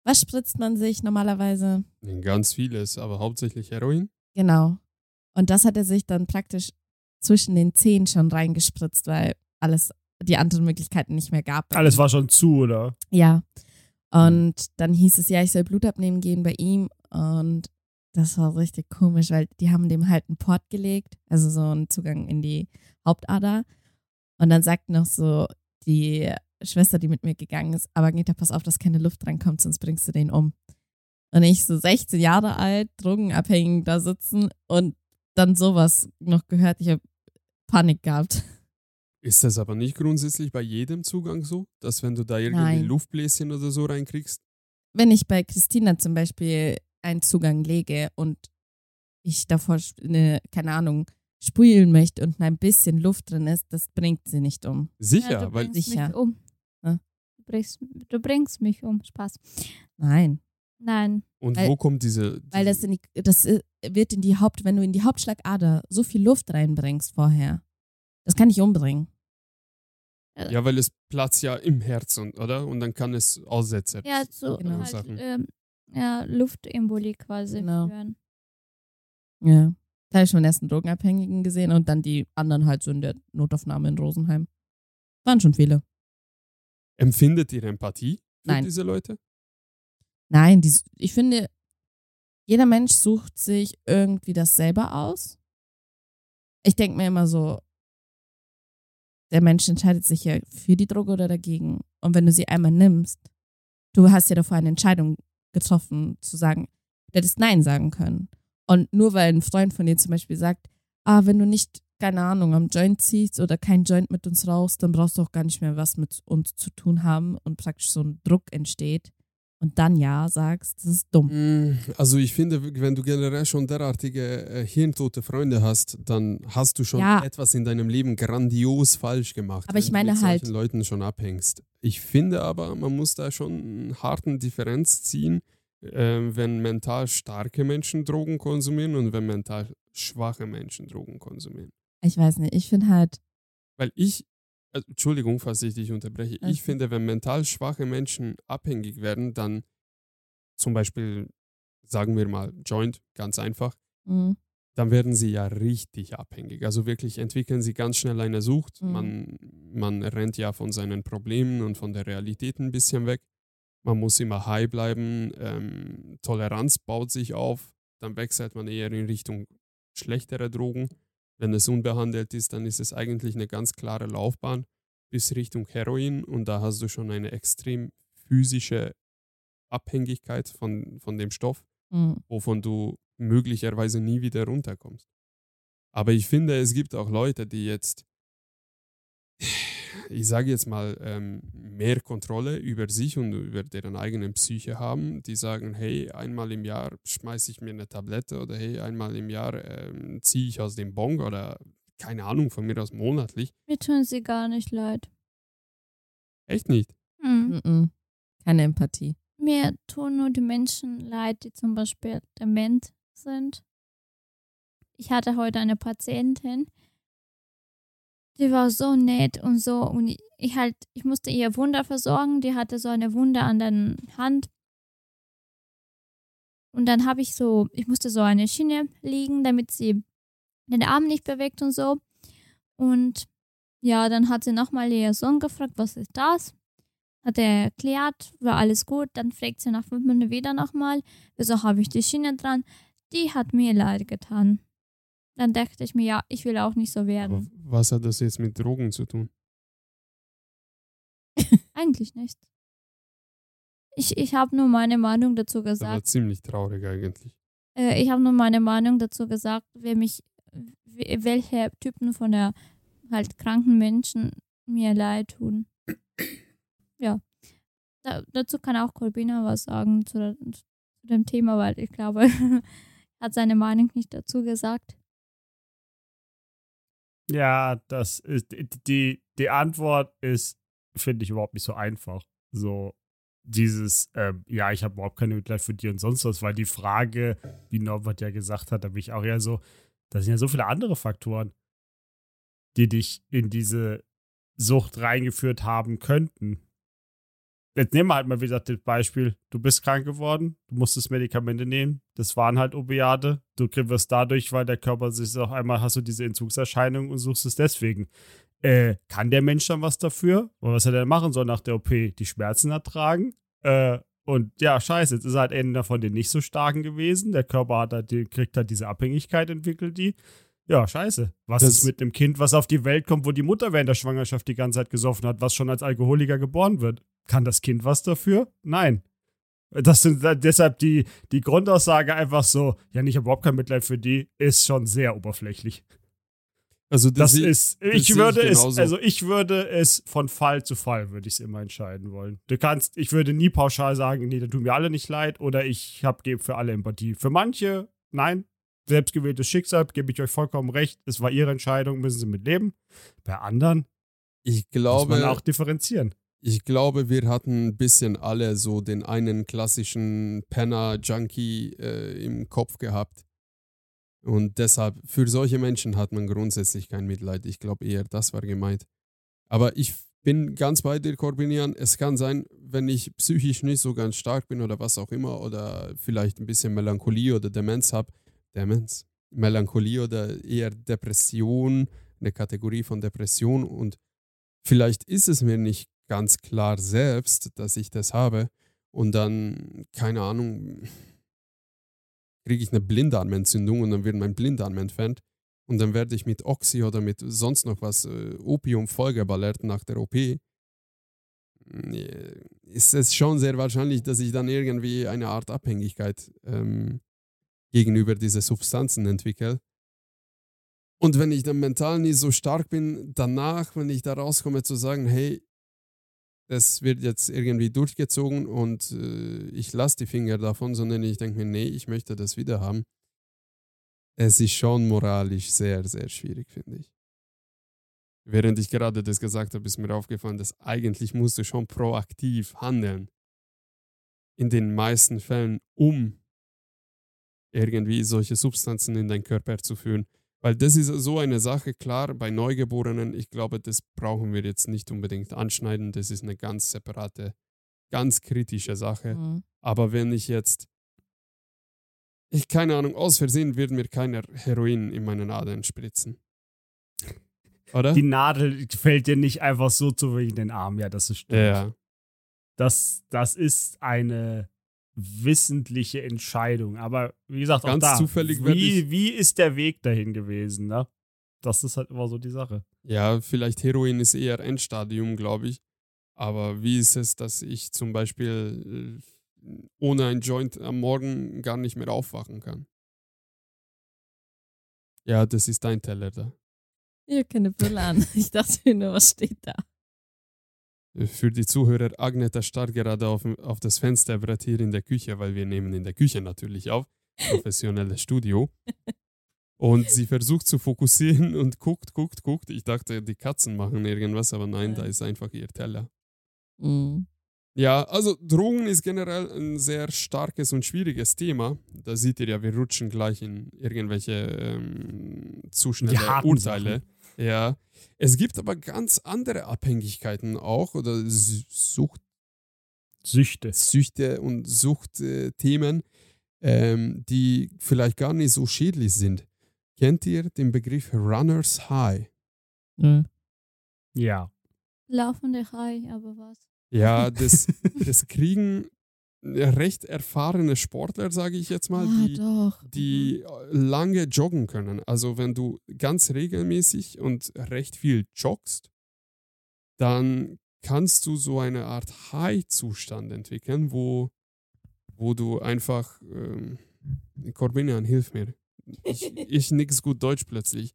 Speaker 1: Was spritzt man sich normalerweise?
Speaker 3: Ganz vieles, aber hauptsächlich Heroin.
Speaker 1: Genau. Und das hat er sich dann praktisch zwischen den Zehen schon reingespritzt, weil alles die anderen Möglichkeiten nicht mehr gab.
Speaker 4: Alles war schon zu, oder?
Speaker 1: Ja. Und dann hieß es, ja, ich soll Blut abnehmen gehen bei ihm. Und das war richtig komisch, weil die haben dem halt einen Port gelegt, also so einen Zugang in die Hauptader. Und dann sagt noch so die Schwester, die mit mir gegangen ist, aber Agneta, pass auf, dass keine Luft reinkommt, sonst bringst du den um. Und ich so 16 Jahre alt, drogenabhängig da sitzen und dann sowas noch gehört. Ich habe Panik gehabt.
Speaker 3: Ist das aber nicht grundsätzlich bei jedem Zugang so, dass wenn du da irgendwie
Speaker 1: Nein.
Speaker 3: Luftbläschen oder so reinkriegst?
Speaker 1: wenn ich bei Christina zum Beispiel einen Zugang lege und ich davor sp- eine, keine Ahnung, sprühen möchte und ein bisschen Luft drin ist, das bringt sie nicht um.
Speaker 3: Sicher,
Speaker 2: ja, du
Speaker 3: weil
Speaker 2: bringst mich
Speaker 1: Sicher.
Speaker 2: um.
Speaker 1: Ja.
Speaker 2: Du, bringst, du bringst mich um. Spaß.
Speaker 1: Nein.
Speaker 2: Nein.
Speaker 3: und
Speaker 1: weil-
Speaker 3: wo kommt diese, diese
Speaker 1: Weil das in die, das äh, wird in die Haupt, wenn du in die Hauptschlagader so viel Luft reinbringst vorher, das kann ich umbringen.
Speaker 3: Ja, weil es Platz ja im Herzen, oder? Und dann kann es Aussetzer.
Speaker 2: Ja, so
Speaker 1: Genau.
Speaker 2: halt,
Speaker 3: Sachen.
Speaker 2: ähm, ja, Luftembolie quasi
Speaker 1: Genau.
Speaker 2: führen.
Speaker 1: Ja. Da habe ich schon ersten Drogenabhängigen gesehen und dann die anderen halt so in der Notaufnahme in Rosenheim. Waren schon viele.
Speaker 3: Empfindet ihr Empathie für
Speaker 1: Nein.
Speaker 3: diese Leute?
Speaker 1: Nein, die, ich finde, jeder Mensch sucht sich irgendwie das selber aus. Ich denke mir immer so, der Mensch entscheidet sich ja für die Droge oder dagegen. Und wenn du sie einmal nimmst, du hast ja davor eine Entscheidung getroffen, zu sagen, du hättest Nein sagen können. Und nur weil ein Freund von dir zum Beispiel sagt, ah, wenn du nicht, keine Ahnung, am Joint ziehst oder kein Joint mit uns rauchst, dann brauchst du auch gar nicht mehr was mit uns zu tun haben und praktisch so ein Druck entsteht und dann ja sagst, das ist dumm.
Speaker 3: Mm, Also ich finde, wenn du generell schon derartige äh, hirntote Freunde hast, dann hast du schon
Speaker 1: Ja.
Speaker 3: etwas in deinem Leben grandios falsch gemacht.
Speaker 1: Aber
Speaker 3: wenn
Speaker 1: ich meine
Speaker 3: du mit
Speaker 1: halt-
Speaker 3: solchen Leuten schon abhängst. Ich finde aber, man muss da schon einen harten Differenz ziehen, äh, wenn mental starke Menschen Drogen konsumieren und wenn mental schwache Menschen Drogen konsumieren.
Speaker 1: Ich weiß nicht, ich finde halt,
Speaker 3: Weil ich, also, Entschuldigung, falls ich dich unterbreche,
Speaker 1: Alles
Speaker 3: ich finde, wenn mental schwache Menschen abhängig werden, dann zum Beispiel, sagen wir mal, Joint, ganz einfach,
Speaker 1: mh,
Speaker 3: dann werden sie ja richtig abhängig. Also wirklich entwickeln sie ganz schnell eine Sucht.
Speaker 1: Mhm.
Speaker 3: Man, man rennt ja von seinen Problemen und von der Realität ein bisschen weg. Man muss immer high bleiben. Ähm, Toleranz baut sich auf. Dann wechselt man eher in Richtung schlechtere Drogen. Wenn es unbehandelt ist, dann ist es eigentlich eine ganz klare Laufbahn bis Richtung Heroin. Und da hast du schon eine extrem physische Abhängigkeit von, von dem Stoff
Speaker 1: mh,
Speaker 3: wovon du möglicherweise nie wieder runterkommst. Aber ich finde, es gibt auch Leute, die jetzt, ich sage jetzt mal, ähm, mehr Kontrolle über sich und über deren eigenen Psyche haben, die sagen, hey, einmal im Jahr schmeiße ich mir eine Tablette oder hey, einmal im Jahr ähm, ziehe ich aus dem Bong oder keine Ahnung, von mir aus monatlich.
Speaker 2: Mir tun sie gar nicht leid.
Speaker 3: Echt nicht.
Speaker 2: Hm.
Speaker 1: mh, mm, keine Empathie.
Speaker 2: Mir tun nur die Menschen leid, die zum Beispiel dement sind. Ich hatte heute eine Patientin, Die war so nett und so und ich- ich halt, ich musste ihr Wunder versorgen. Die hatte so eine Wunde an der Hand. Und dann habe ich so, ich musste so eine Schiene legen, damit sie den Arm nicht bewegt und so. Und ja, dann hat sie nochmal ihr Sohn gefragt, was ist das? Hat er erklärt, war alles gut. Dann fragt sie nach fünf Minuten wieder nochmal, wieso habe ich die Schiene dran? Die hat mir leid getan. Dann dachte ich mir, ja, ich will auch nicht so werden.
Speaker 3: Aber was hat das jetzt mit Drogen zu tun?
Speaker 2: Eigentlich nicht. Ich, ich habe nur meine Meinung dazu
Speaker 3: Das war
Speaker 2: gesagt.
Speaker 3: ziemlich traurig eigentlich.
Speaker 2: Äh, ich habe nur meine Meinung dazu gesagt, wer mich, w- welche Typen von der halt kranken Menschen mir leid tun. Ja. Da, dazu kann auch Kolbina was sagen zu, der- zu dem Thema, weil ich glaube, (laughs) hat seine Meinung nicht dazu gesagt.
Speaker 4: Ja, das ist die, die Antwort ist, finde ich überhaupt nicht so einfach. So dieses, ähm, ja, ich habe überhaupt keine Mitleid für die und sonst was, weil die Frage, wie Norbert ja gesagt hat, da bin ich auch ja so, da sind ja so viele andere Faktoren, die dich in diese Sucht reingeführt haben könnten. Jetzt nehmen wir halt mal wieder das Beispiel, du bist krank geworden, du musstest Medikamente nehmen, das waren halt Opiate, du wirst dadurch, weil der Körper sich auf einmal hast du diese Entzugserscheinung und suchst es deswegen. Äh, kann der Mensch dann was dafür? Und was er denn machen soll nach der OP? Die Schmerzen ertragen? Äh, und ja, scheiße, jetzt ist er halt einer von den nicht so starken gewesen. Der Körper hat halt, die- kriegt halt diese Abhängigkeit, entwickelt die. Ja, scheiße. Was
Speaker 3: Das-
Speaker 4: ist mit einem Kind, was auf die Welt kommt, wo die Mutter während der Schwangerschaft die ganze Zeit gesoffen hat, was schon als Alkoholiker geboren wird? Kann das Kind was dafür? Nein. Das sind da- deshalb die, die Grundaussage einfach so, ja, ich habe überhaupt kein Mitleid für die, ist schon sehr oberflächlich.
Speaker 3: Also
Speaker 4: Das
Speaker 3: sie-
Speaker 4: ist, ich
Speaker 3: sehe ich
Speaker 4: würde es,
Speaker 3: genauso.
Speaker 4: also ich würde es von Fall zu Fall würde ich es immer entscheiden wollen. Du kannst, ich würde nie pauschal sagen, nee, da tun mir alle nicht leid oder ich hab gebe für alle Empathie. Für manche, nein, selbstgewähltes Schicksal, gebe ich euch vollkommen recht, es war ihre Entscheidung, müssen sie mit leben. Bei anderen
Speaker 3: ich
Speaker 4: muss
Speaker 3: glaube,
Speaker 4: man auch differenzieren.
Speaker 3: ich glaube, wir hatten ein bisschen alle so den einen klassischen Penner-Junkie äh, im Kopf gehabt. Und deshalb, für solche Menschen hat man grundsätzlich kein Mitleid. Ich glaube eher, das war gemeint. Aber ich bin ganz bei dir, Corbinian. Es kann sein, wenn ich psychisch nicht so ganz stark bin oder was auch immer, oder vielleicht ein bisschen Melancholie oder Demenz habe. Demenz? Melancholie oder eher Depression, eine Kategorie von Depression. Und vielleicht ist es mir nicht ganz klar selbst, dass ich das habe. Und dann, keine Ahnung, kriege ich eine Blinddarmentzündung und dann wird mein Blinddarm entfernt. Und dann werde ich mit Oxy oder mit sonst noch was äh, Opium vollgeballert nach der OP. Nee, äh, Ist es schon sehr wahrscheinlich, dass ich dann irgendwie eine Art Abhängigkeit ähm, gegenüber diesen Substanzen entwickle. Und wenn ich dann mental nicht so stark bin, danach, wenn ich da rauskomme, zu sagen, hey, das wird jetzt irgendwie durchgezogen und äh, ich lasse die Finger davon, sondern ich denke mir, nee, ich möchte das wieder haben. Es ist schon moralisch sehr, sehr schwierig, finde ich. Während ich gerade das gesagt habe, ist mir aufgefallen, dass eigentlich musst du schon proaktiv handeln. In den meisten Fällen, um irgendwie solche Substanzen in deinen Körper zu führen. Weil das ist so eine Sache, klar, bei Neugeborenen, ich glaube, das brauchen wir jetzt nicht unbedingt anschneiden. Das ist eine ganz separate, ganz kritische Sache.
Speaker 1: Mhm.
Speaker 3: Aber wenn ich jetzt, ich keine Ahnung, aus Versehen wird mir keiner Heroin in meine Nadeln spritzen. Oder?
Speaker 4: Die Nadel fällt dir nicht einfach so zu in den Arm, ja, das ist stimmt.
Speaker 3: ja.
Speaker 4: Das, das ist eine wissentliche Entscheidung. Aber wie gesagt,
Speaker 3: Ganz
Speaker 4: auch da,
Speaker 3: zufällig werd
Speaker 4: wie,
Speaker 3: ich-
Speaker 4: wie ist der Weg dahin gewesen? Ne? Das ist halt immer so die Sache.
Speaker 3: ja, vielleicht Heroin ist eher Endstadium, glaube ich. Aber wie ist es, dass ich zum Beispiel äh, ohne ein Joint am Morgen gar nicht mehr aufwachen kann? Ja, das ist dein Teller da.
Speaker 1: Ich habe keine Brille an. (laughs) Ich dachte mir nur, was steht da?
Speaker 3: Für die Zuhörer, Agneta starrt gerade auf, auf das Fensterbrett hier in der Küche, weil wir nehmen in der Küche natürlich auf, professionelles Studio. Und sie versucht zu fokussieren und guckt, guckt, guckt. Ich dachte, die Katzen machen irgendwas, aber nein, da ist einfach ihr Teller.
Speaker 1: Mhm.
Speaker 3: Ja, also Drogen ist generell ein sehr starkes und schwieriges Thema. Da seht ihr ja, wir rutschen gleich in irgendwelche ähm, zu schnelle
Speaker 4: harten
Speaker 3: Urteile. Ja. Es gibt aber ganz andere Abhängigkeiten auch oder Sü- Sucht,
Speaker 4: Süchte.
Speaker 3: Süchte und Suchtthemen, ähm, die vielleicht gar nicht so schädlich sind. Kennt ihr den Begriff Runner's High?
Speaker 1: Nö.
Speaker 4: Ja.
Speaker 2: Laufende Hai, aber was?
Speaker 3: Ja, das, das kriegen recht erfahrene Sportler, sage ich jetzt mal,
Speaker 1: ah,
Speaker 3: die,
Speaker 1: doch. Mhm.
Speaker 3: die
Speaker 4: Mhm.
Speaker 3: lange joggen können. Also wenn du ganz regelmäßig und recht viel joggst, dann kannst du so eine Art High-Zustand entwickeln, wo, wo du einfach... Ähm, Corbinian, hilf mir. Ich, ich nix gut Deutsch plötzlich.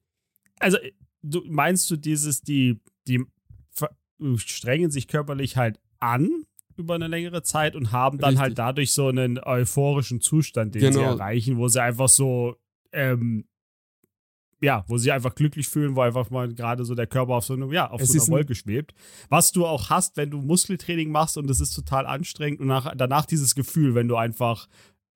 Speaker 4: Also, du meinst du dieses, die, die ver- äh, strengen sich körperlich halt an über eine längere Zeit und haben dann
Speaker 3: Richtig.
Speaker 4: halt dadurch so einen euphorischen Zustand, den sie
Speaker 3: Genau.
Speaker 4: erreichen, wo sie einfach so, ähm, ja, wo sie einfach glücklich fühlen, wo einfach mal gerade so der Körper auf so eine, ja, auf
Speaker 3: Es
Speaker 4: so
Speaker 3: ist
Speaker 4: einer
Speaker 3: ein-
Speaker 4: Wolke schwebt. Was du auch hast, wenn du Muskeltraining machst und das ist total anstrengend und nach, danach dieses Gefühl, wenn du einfach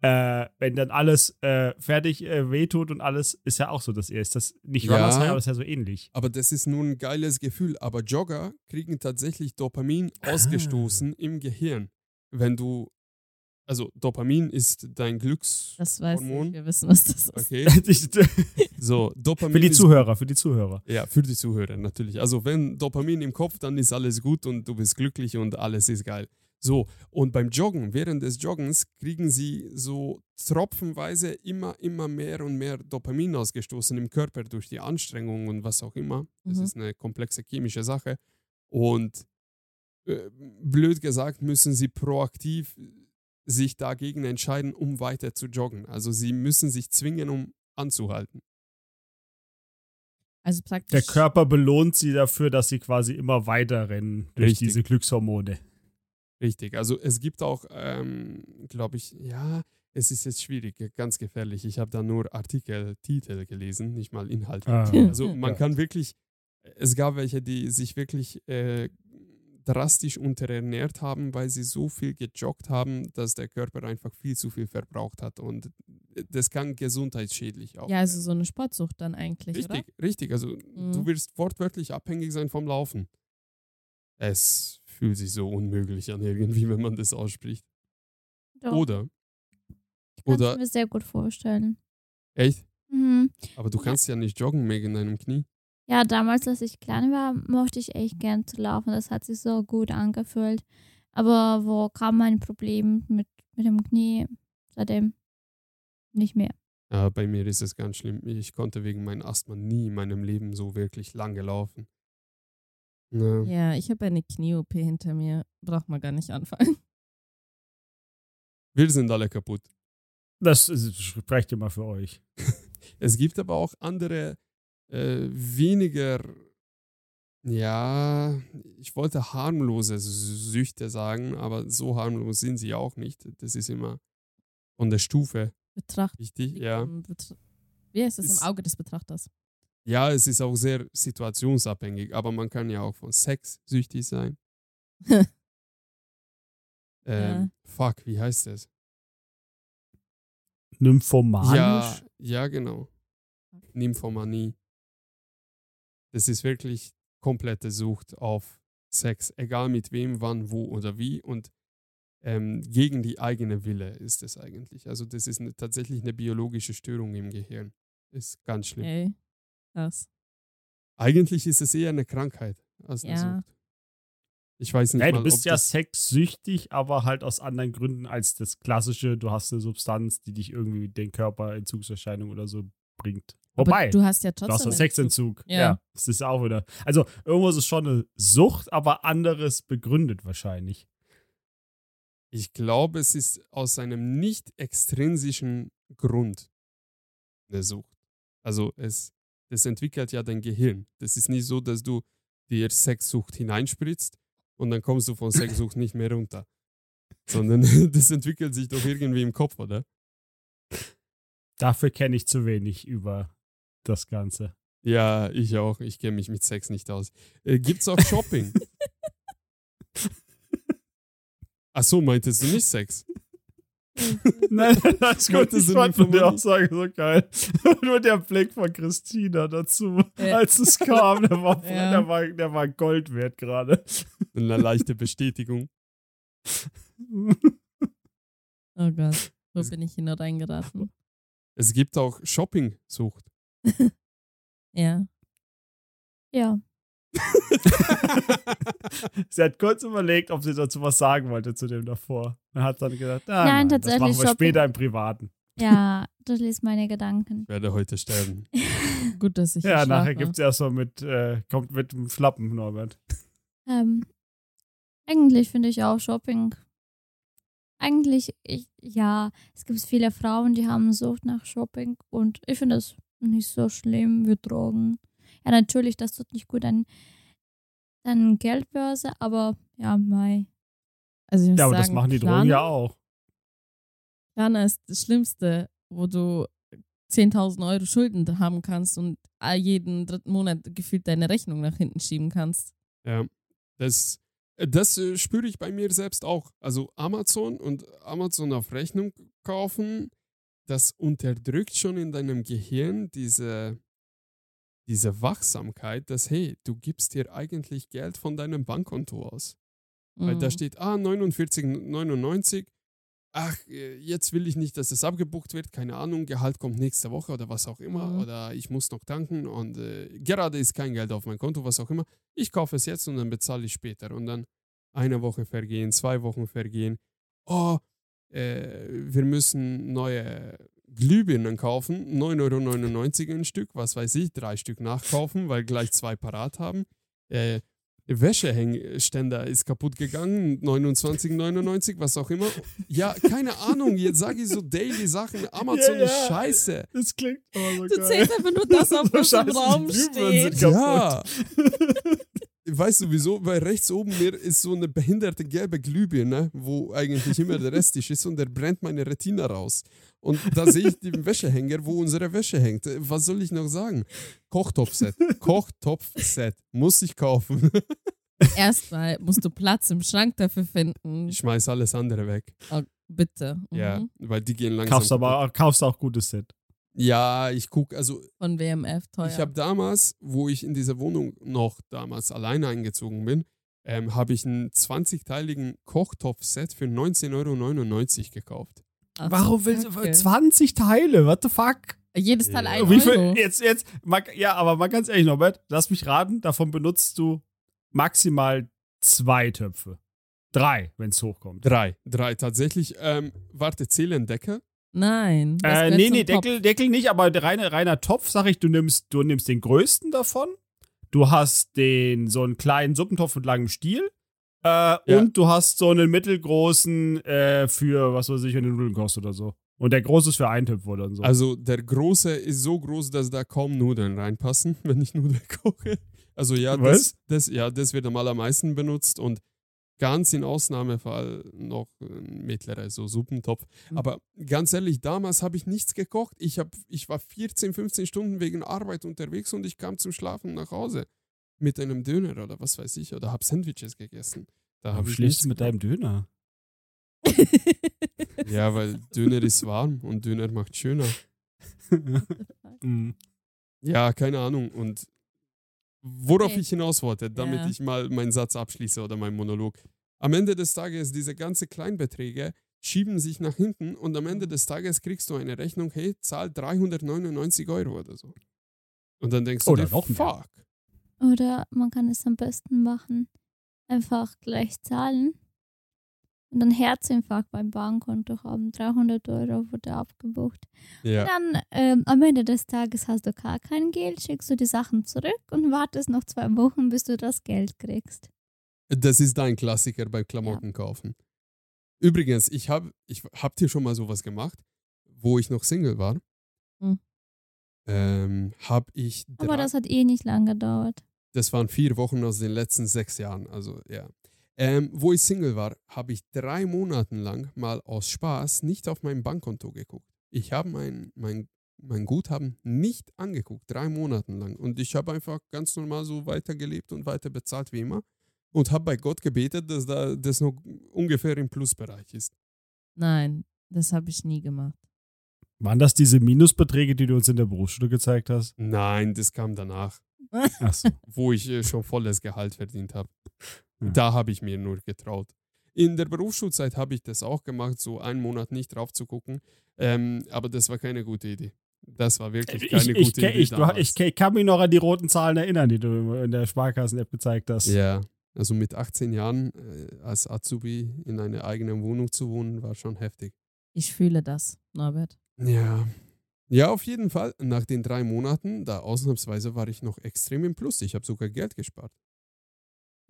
Speaker 4: äh, wenn dann alles äh, fertig äh, wehtut und alles, ist ja auch so, dass ihr ist das nicht
Speaker 3: Ja.
Speaker 4: Runners High, aber ist ja so ähnlich. (laughs)
Speaker 3: Aber das ist nun ein geiles Gefühl. Aber Jogger kriegen tatsächlich Dopamin
Speaker 4: Ah.
Speaker 3: ausgestoßen im Gehirn. Wenn du, also Dopamin ist dein Glücks...
Speaker 1: Das weiß
Speaker 3: Hormon?
Speaker 1: ich. Wir wissen, was das ist.
Speaker 3: Okay,
Speaker 4: Ich-
Speaker 3: so Dopamin
Speaker 4: (laughs) für die
Speaker 3: ist
Speaker 4: Zuhörer, für die Zuhörer.
Speaker 3: Ja, für die Zuhörer natürlich. Also wenn Dopamin im Kopf, dann ist alles gut und du bist glücklich und alles ist geil. So, und beim Joggen, während des Joggens, kriegen sie so tropfenweise immer, immer mehr und mehr Dopamin ausgestoßen im Körper durch die Anstrengung und was auch immer. Das
Speaker 1: Mhm.
Speaker 3: ist eine komplexe chemische Sache. Und äh, blöd gesagt, müssen sie proaktiv sich dagegen entscheiden, um weiter zu joggen. Also sie müssen sich zwingen, um anzuhalten.
Speaker 1: Also praktisch.
Speaker 4: Der Körper belohnt sie dafür, dass sie quasi immer weiter rennen durch
Speaker 3: Richtig.
Speaker 4: diese Glückshormone.
Speaker 3: Richtig, also es gibt auch, ähm, glaube ich, ja, es ist jetzt schwierig, ganz gefährlich. Ich habe da nur Artikeltitel gelesen, nicht mal Inhalt. Also man
Speaker 4: Ja.
Speaker 3: kann wirklich, es gab welche, die sich wirklich äh, drastisch unterernährt haben, weil sie so viel gejoggt haben, dass der Körper einfach viel zu viel verbraucht hat. Und äh, das kann gesundheitsschädlich auch
Speaker 1: ja, also
Speaker 3: werden.
Speaker 1: so eine Sportsucht dann eigentlich, oder? Mhm.
Speaker 3: Richtig, richtig. Also du wirst wortwörtlich abhängig sein vom Laufen. Es fühlt sich so unmöglich an irgendwie, wenn man das ausspricht.
Speaker 2: Doch,
Speaker 3: Oder,
Speaker 2: kann
Speaker 3: oder-
Speaker 2: ich mir sehr gut vorstellen.
Speaker 3: echt?
Speaker 2: Mhm.
Speaker 3: Aber du kannst ja nicht joggen wegen deinem Knie.
Speaker 2: Ja, damals, als ich klein war, mochte ich echt gern zu laufen. Das hat sich so gut angefühlt. Aber wo kam mein Problem mit, mit dem Knie? Seitdem nicht mehr.
Speaker 3: Ja, bei mir ist es ganz schlimm. Ich konnte wegen meinem Asthma nie in meinem Leben so wirklich lange laufen. Na,
Speaker 1: Ja, ich habe eine Knie-OP hinter mir. Braucht man gar nicht anfangen. (laughs)
Speaker 3: Wir sind alle kaputt.
Speaker 4: Das ist- sprecht immer für euch.
Speaker 3: Es gibt aber auch andere, äh, weniger, ja, ich wollte harmlose Süchte sagen, aber so harmlos sind sie auch nicht. Das ist immer von der Stufe
Speaker 1: Betracht.
Speaker 3: wichtig, ja.
Speaker 1: ähm, betr- Wie heißt das
Speaker 3: Ist-
Speaker 1: im Auge des Betrachters?
Speaker 3: Ja, es ist auch sehr situationsabhängig, aber man kann ja auch von Sex süchtig sein. ähm,
Speaker 1: Ja.
Speaker 3: Fuck, wie heißt das?
Speaker 4: Nymphomanisch?
Speaker 3: Ja, ja, genau. Nymphomanie. Das ist wirklich komplette Sucht auf Sex, egal mit wem, wann, wo oder wie. Und ähm, gegen die eigene Wille ist es eigentlich. Also das ist eine, tatsächlich eine biologische Störung im Gehirn. Ist ganz schlimm.
Speaker 1: Ey. Das.
Speaker 3: Eigentlich ist es eher eine Krankheit als eine
Speaker 1: Ja.
Speaker 3: Sucht. Ich weiß nicht
Speaker 4: Ey,
Speaker 3: mal,
Speaker 4: du bist
Speaker 3: ob
Speaker 4: ja
Speaker 3: das,
Speaker 4: sexsüchtig, aber halt aus anderen Gründen als das klassische, du hast eine Substanz, die dich irgendwie den Körper Entzugserscheinungen oder so bringt. Wobei,
Speaker 1: Aber du hast ja
Speaker 4: Du
Speaker 1: trotzdem.
Speaker 4: hast einen
Speaker 1: einen
Speaker 4: Sexentzug.
Speaker 1: Ja.
Speaker 4: Ja. Das ist auch wieder. Also, irgendwo ist es schon eine Sucht, aber anderes begründet wahrscheinlich.
Speaker 3: ich glaube, es ist aus einem nicht extrinsischen Grund eine Sucht. Also es, es entwickelt ja dein Gehirn. Das ist nicht so, dass du dir Sexsucht hineinspritzt und dann kommst du von Sexsucht nicht mehr runter. Sondern (laughs) das entwickelt sich doch irgendwie im Kopf, oder?
Speaker 4: Dafür kenne ich zu wenig über das (laughs) Ganze.
Speaker 3: Ja, ich auch. Ich kenne mich mit Sex nicht aus. Äh, gibt's auch Shopping? Ach so, meintest du nicht Sex?
Speaker 4: Nein, das ist gut.
Speaker 3: Heute
Speaker 4: Ich
Speaker 3: sind
Speaker 4: fand
Speaker 3: wir
Speaker 4: von der
Speaker 3: verwundert.
Speaker 4: Aussage so geil. (laughs) Nur der Blick von Christina dazu,
Speaker 1: Ja.
Speaker 4: als es kam, der
Speaker 1: (laughs)
Speaker 4: war,
Speaker 1: Ja.
Speaker 4: der war, der war Gold wert gerade. (laughs)
Speaker 3: Eine leichte Bestätigung.
Speaker 1: (laughs) Oh Gott, wo
Speaker 3: Das-
Speaker 1: bin ich hin und reingeraten?
Speaker 3: Es gibt auch Shopping-Sucht.
Speaker 1: Ja.
Speaker 2: Ja.
Speaker 4: Sie hat kurz überlegt, ob sie dazu was sagen wollte zu dem davor. Und hat dann gesagt, ah,
Speaker 2: Nein,
Speaker 4: nein,
Speaker 2: tatsächlich
Speaker 4: das machen wir
Speaker 2: Shopping-
Speaker 4: später im Privaten.
Speaker 2: Ja, du liest meine Gedanken.
Speaker 3: Ich werde heute sterben.
Speaker 1: Gut, dass ich
Speaker 4: Ja,
Speaker 1: geschlafen
Speaker 4: nachher
Speaker 1: hab.
Speaker 4: gibt's erstmal mit, äh, kommt mit dem Schlappen, Norbert.
Speaker 2: Ähm, eigentlich finde ich auch Shopping. Eigentlich, ich, ja, es gibt viele Frauen, die haben Sucht nach Shopping und ich finde das nicht so schlimm wie Drogen. Ja, natürlich, das tut nicht gut an deine Geldbörse, aber ja, mei.
Speaker 1: Also ich muss
Speaker 4: Ja, aber
Speaker 1: sagen, ne?
Speaker 4: das machen die
Speaker 1: Planen,
Speaker 4: Drogen ja auch.
Speaker 1: Planer ist das Schlimmste, wo du 10.000 Euro Schulden haben kannst und all- jeden dritten Monat gefühlt deine Rechnung nach hinten schieben kannst.
Speaker 3: Ja, das, das äh, spüre ich bei mir selbst auch. Also Amazon und Amazon auf Rechnung kaufen, das unterdrückt schon in deinem Gehirn diese, diese Wachsamkeit, dass, hey, du gibst dir eigentlich Geld von deinem Bankkonto aus. Weil da
Speaker 1: Mhm.
Speaker 3: steht, ah, 49,99. Ach, äh, jetzt will ich nicht, dass es abgebucht wird. Keine Ahnung, Gehalt kommt nächste Woche oder was auch immer.
Speaker 1: Mhm.
Speaker 3: Oder ich muss noch tanken und äh, gerade ist kein Geld auf mein Konto, was auch immer. Ich kaufe es jetzt und dann bezahle ich später. Und dann eine Woche vergehen, zwei Wochen vergehen. Oh, äh, wir müssen neue Glühbirnen kaufen. 9,99 Euro ein Stück, was weiß ich, drei Stück nachkaufen, weil gleich zwei parat haben. Äh, Wäschehängständer ist kaputt gegangen, 29,99, was auch immer. Ja, keine Ahnung, jetzt sage ich so daily Sachen, Amazon
Speaker 4: Ja,
Speaker 3: ist
Speaker 4: ja.
Speaker 3: scheiße.
Speaker 4: Das klingt aber so
Speaker 1: Du
Speaker 4: geil.
Speaker 1: zählst einfach nur
Speaker 4: (laughs)
Speaker 1: das auf,
Speaker 4: So
Speaker 1: was im
Speaker 4: scheiße, die
Speaker 1: Raum
Speaker 4: Glühbirnen
Speaker 1: steht.
Speaker 4: sind kaputt.
Speaker 3: (laughs) Ja. Weißt du wieso? Weil rechts oben mir ist so eine behinderte gelbe Glühbirne, ne, wo eigentlich immer der Resttisch ist und der brennt meine Retina raus. Und da sehe ich den Wäschehänger, wo unsere Wäsche hängt. Äh, Was soll ich noch sagen? Kochtopfset. Kochtopfset. Muss ich kaufen.
Speaker 1: Erstmal musst du Platz im Schrank dafür finden.
Speaker 3: Ich schmeiß alles andere weg.
Speaker 1: Oh, bitte. Mhm.
Speaker 3: Ja, weil die gehen langsam.
Speaker 4: Kaufst aber kaufst auch gutes Set.
Speaker 3: Ja, ich gucke, also
Speaker 1: Von WMF teuer.
Speaker 3: ich habe damals, wo ich in dieser Wohnung noch damals alleine eingezogen bin, ähm, habe ich einen 20-teiligen Kochtopf-Set für 19,99 Euro gekauft.
Speaker 1: Ach,
Speaker 4: Warum willst du
Speaker 1: Kacke.
Speaker 4: 20 Teile? What the fuck?
Speaker 1: Jedes Teil ein
Speaker 4: Wie
Speaker 1: Euro.
Speaker 4: viel? Jetzt, jetzt, mal, ja, aber mal ganz ehrlich, Norbert, lass mich raten, davon benutzt du maximal zwei Töpfe. Drei, wenn es hochkommt.
Speaker 3: Drei. Drei tatsächlich. Ähm, warte, zählen Deckel?
Speaker 1: Nein. das
Speaker 4: Äh,
Speaker 1: gehört
Speaker 4: nee,
Speaker 1: zum
Speaker 4: nee,
Speaker 1: Topf.
Speaker 4: Deckel, Deckel nicht, aber der reine, reiner Topf, sag ich, du nimmst, du nimmst den größten davon, du hast den, so einen kleinen Suppentopf mit langem Stiel, äh, und du hast so einen mittelgroßen, äh, für, was weiß ich, wenn du Nudeln kochst oder so. Und der große ist für Eintöpfe oder so.
Speaker 3: Also der große ist so groß, dass da kaum Nudeln reinpassen, (laughs) wenn ich Nudeln koche. Also ja, das,
Speaker 4: Was?
Speaker 3: das, ja, das wird am allermeisten benutzt und ganz in Ausnahmefall noch ein mittlerer, so Suppentopf.
Speaker 4: Hm.
Speaker 1: Mhm.
Speaker 3: Aber ganz ehrlich, damals habe ich nichts gekocht. Ich, hab, ich war 14, 15 Stunden wegen Arbeit unterwegs und ich kam zum Schlafen nach Hause mit einem Döner oder was weiß ich oder habe Sandwiches gegessen. Da
Speaker 4: Warum
Speaker 3: habe ich
Speaker 4: schläfst
Speaker 3: nichts
Speaker 4: du mit deinem Döner?
Speaker 3: Ja, weil Döner ist warm und Döner macht schöner.
Speaker 4: (laughs) Mhm.
Speaker 3: Ja, keine Ahnung. Und worauf
Speaker 1: Okay.
Speaker 3: ich hinaus wollte, damit
Speaker 1: Ja.
Speaker 3: ich mal meinen Satz abschließe oder meinen Monolog. Am Ende des Tages, diese ganzen Kleinbeträge schieben sich nach hinten und am
Speaker 1: Mhm.
Speaker 3: Ende des Tages kriegst du eine Rechnung, hey, zahl 399 Euro oder so. Und dann denkst du
Speaker 4: Oder
Speaker 3: dir,
Speaker 4: noch mehr.
Speaker 3: fuck.
Speaker 2: Oder man kann es am besten machen, einfach gleich zahlen und dann Herzinfarkt beim Bankkonto haben. 300 Euro wurde abgebucht.
Speaker 3: Ja.
Speaker 2: Dann ähm, am Ende des Tages hast du gar kein Geld, schickst du die Sachen zurück und wartest noch zwei Wochen, bis du das Geld kriegst.
Speaker 3: Das ist dein Klassiker bei Klamotten kaufen. Übrigens, ich habe, ich habt ihr schon mal sowas gemacht, wo ich noch Single war?
Speaker 1: Hm.
Speaker 3: Ähm, habe ich
Speaker 2: Aber
Speaker 3: drei-
Speaker 2: das hat eh nicht lang gedauert.
Speaker 3: das waren vier Wochen aus den letzten sechs Jahren, also ja. Ähm, wo ich Single war, habe ich drei Monate lang mal aus Spaß nicht auf mein Bankkonto geguckt. Ich habe mein, mein, mein Guthaben nicht angeguckt, drei Monate lang. Und ich habe einfach ganz normal so weitergelebt und weiter bezahlt wie immer. Und habe bei Gott gebetet, dass da das noch ungefähr im Plusbereich ist.
Speaker 1: (laughs) Nein, Das habe ich nie gemacht.
Speaker 4: Waren das diese Minusbeträge, die du uns in der Berufsschule gezeigt hast?
Speaker 3: Nein, das kam danach,
Speaker 4: Achso.
Speaker 3: wo ich äh, schon volles Gehalt verdient habe.
Speaker 4: Ja.
Speaker 3: Da habe ich mir nur getraut. In der Berufsschulzeit habe ich das auch gemacht, so einen Monat nicht drauf zu gucken. Ähm, aber das war keine gute Idee. Das war wirklich
Speaker 4: Ich,
Speaker 3: keine
Speaker 4: Äh, ich,
Speaker 3: gute
Speaker 4: ich,
Speaker 3: Idee.
Speaker 4: ich, du-
Speaker 3: damals.
Speaker 4: ich, ich kann mich noch an die roten Zahlen erinnern, die du in der Sparkassen-App gezeigt hast.
Speaker 3: Ja, also mit 18 Jahren äh, als Azubi in einer eigenen Wohnung zu wohnen, war schon heftig.
Speaker 1: Ich fühle das, Norbert.
Speaker 3: Ja. Ja, auf jeden Fall. Nach den drei Monaten, da ausnahmsweise war ich noch extrem im Plus. Ich habe sogar Geld gespart.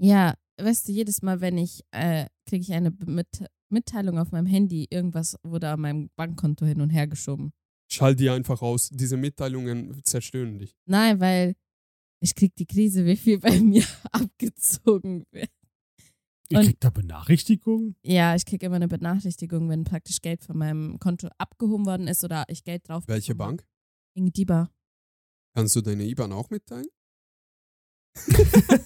Speaker 1: Ja, weißt du, jedes Mal, wenn ich, äh, kriege ich eine Be- Mit Mitteilung auf meinem Handy, irgendwas wurde an meinem Bankkonto hin und her geschoben.
Speaker 3: Schall die einfach aus. Diese Mitteilungen zerstören dich.
Speaker 1: Nein, weil ich krieg die Krise, wie viel bei mir (laughs) abgezogen wird.
Speaker 4: Ihr
Speaker 1: Und-
Speaker 4: kriegt da Benachrichtigungen?
Speaker 1: Ja, ich krieg immer eine Benachrichtigung, wenn praktisch Geld von meinem Konto abgehoben worden ist oder ich Geld drauf.
Speaker 4: Mhm.
Speaker 3: Welche
Speaker 1: bekommen
Speaker 3: Bank?
Speaker 1: hab. Ingdiba.
Speaker 3: Kannst du deine IBAN auch mitteilen?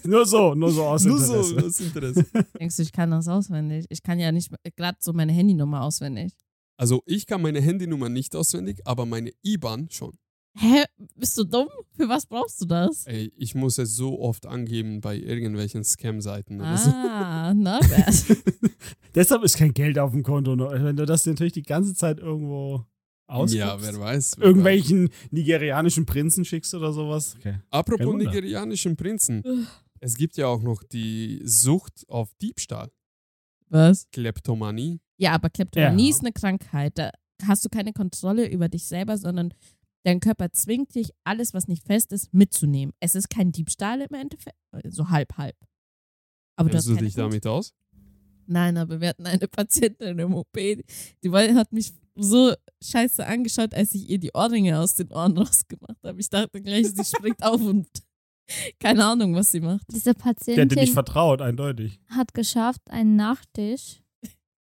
Speaker 4: nur so, nur so aus Interesse.
Speaker 3: das Interesse.
Speaker 1: Denkst du, ich kann das auswendig? Ich kann ja nicht gerade so meine Handynummer auswendig.
Speaker 3: (laughs) Also ich kann meine Handynummer nicht auswendig, aber meine IBAN schon.
Speaker 1: Hä? Bist du dumm? Für was brauchst du das?
Speaker 3: Ey, ich muss es so oft angeben bei irgendwelchen Scam-Seiten. oder so.
Speaker 1: Ah, Norbert.
Speaker 4: Deshalb ist kein Geld auf dem Konto. ne? Wenn du das natürlich die ganze Zeit irgendwo ausgibst,
Speaker 3: Ja, wer weiß. Wer weiß.
Speaker 4: irgendwelchen nigerianischen Prinzen schickst oder sowas. Okay. Kein
Speaker 3: Apropos
Speaker 4: Wunder.
Speaker 3: nigerianischen Prinzen. es gibt ja auch noch die Sucht auf Diebstahl,
Speaker 1: was?
Speaker 3: Kleptomanie.
Speaker 1: Ja, aber Kleptomanie
Speaker 4: Ja.
Speaker 1: ist eine Krankheit. Da hast du keine Kontrolle über dich selber, sondern dein Körper zwingt dich, alles, was nicht fest ist, mitzunehmen. Es ist kein Diebstahl im Endeffekt. So halb, halb. Aber du hast
Speaker 3: Kennst du
Speaker 1: keine
Speaker 3: dich damit aus?
Speaker 1: Nein, aber wir hatten eine Patientin im OP, die war- hat mich so scheiße angeschaut, als ich ihr die Ohrringe aus den Ohren (laughs) rausgemacht habe. Ich dachte gleich, sie springt auf und (laughs) keine Ahnung, was sie macht.
Speaker 2: Diese
Speaker 4: Der hätte nicht
Speaker 2: Patientin
Speaker 4: vertraut, eindeutig.
Speaker 2: hat geschafft, einen Nachtisch.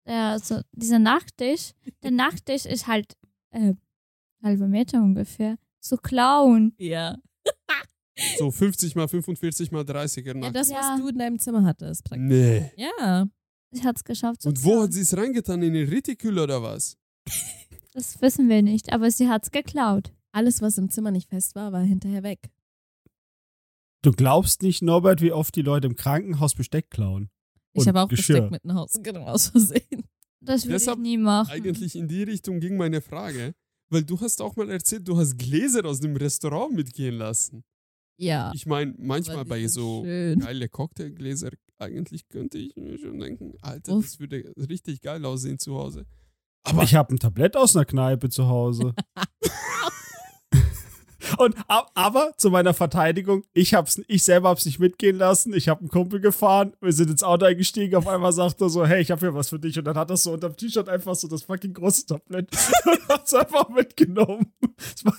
Speaker 2: Ja, so dieser Nachtisch, der Nachtisch ist halt äh, halbe Meter ungefähr, zu klauen.
Speaker 1: Ja.
Speaker 3: So 50 mal 45 mal 30er
Speaker 1: Ja,
Speaker 3: Nacht.
Speaker 1: das,
Speaker 2: Ja.
Speaker 1: was du in deinem Zimmer hattest. Praktisch.
Speaker 3: nee.
Speaker 1: Ja.
Speaker 2: Sie hat es geschafft zu
Speaker 3: Und wo
Speaker 2: klauen.
Speaker 3: hat sie es reingetan? In den Retikül oder was?
Speaker 2: Das wissen wir nicht, aber sie hat es geklaut.
Speaker 1: Alles, was im Zimmer nicht fest war, war hinterher weg.
Speaker 4: Du glaubst nicht, Norbert, wie oft die Leute im Krankenhaus Besteck klauen.
Speaker 1: Ich
Speaker 4: Und
Speaker 1: habe auch
Speaker 4: Geschirr.
Speaker 1: Besteck mit nach Hause genommen, aus Versehen.
Speaker 2: Das würde ich
Speaker 3: Deshalb
Speaker 2: nie machen.
Speaker 3: Eigentlich in die Richtung ging meine Frage. Weil du hast auch mal erzählt, du hast Gläser aus dem Restaurant mitgehen lassen.
Speaker 1: (laughs) Ja.
Speaker 3: Ich meine,
Speaker 1: Ah, aber
Speaker 3: manchmal
Speaker 1: die
Speaker 3: bei
Speaker 1: sind
Speaker 3: so
Speaker 1: Schön.
Speaker 3: geile Cocktailgläser, eigentlich könnte ich mir schon denken, Alter,
Speaker 1: Uff.
Speaker 3: das würde richtig geil aussehen zu Hause.
Speaker 4: Aber ich habe ein Tablett aus einer Kneipe zu Hause. (laughs) Und ab- aber zu meiner Verteidigung, ich hab's, ich selber hab's nicht mitgehen lassen. Ich habe einen Kumpel gefahren, wir sind ins Auto eingestiegen. Auf einmal sagt er so, hey, ich habe hier was für dich. Und dann hat er so unterm T-Shirt einfach so das fucking große Tablett (laughs) und hat's einfach mitgenommen. Es war-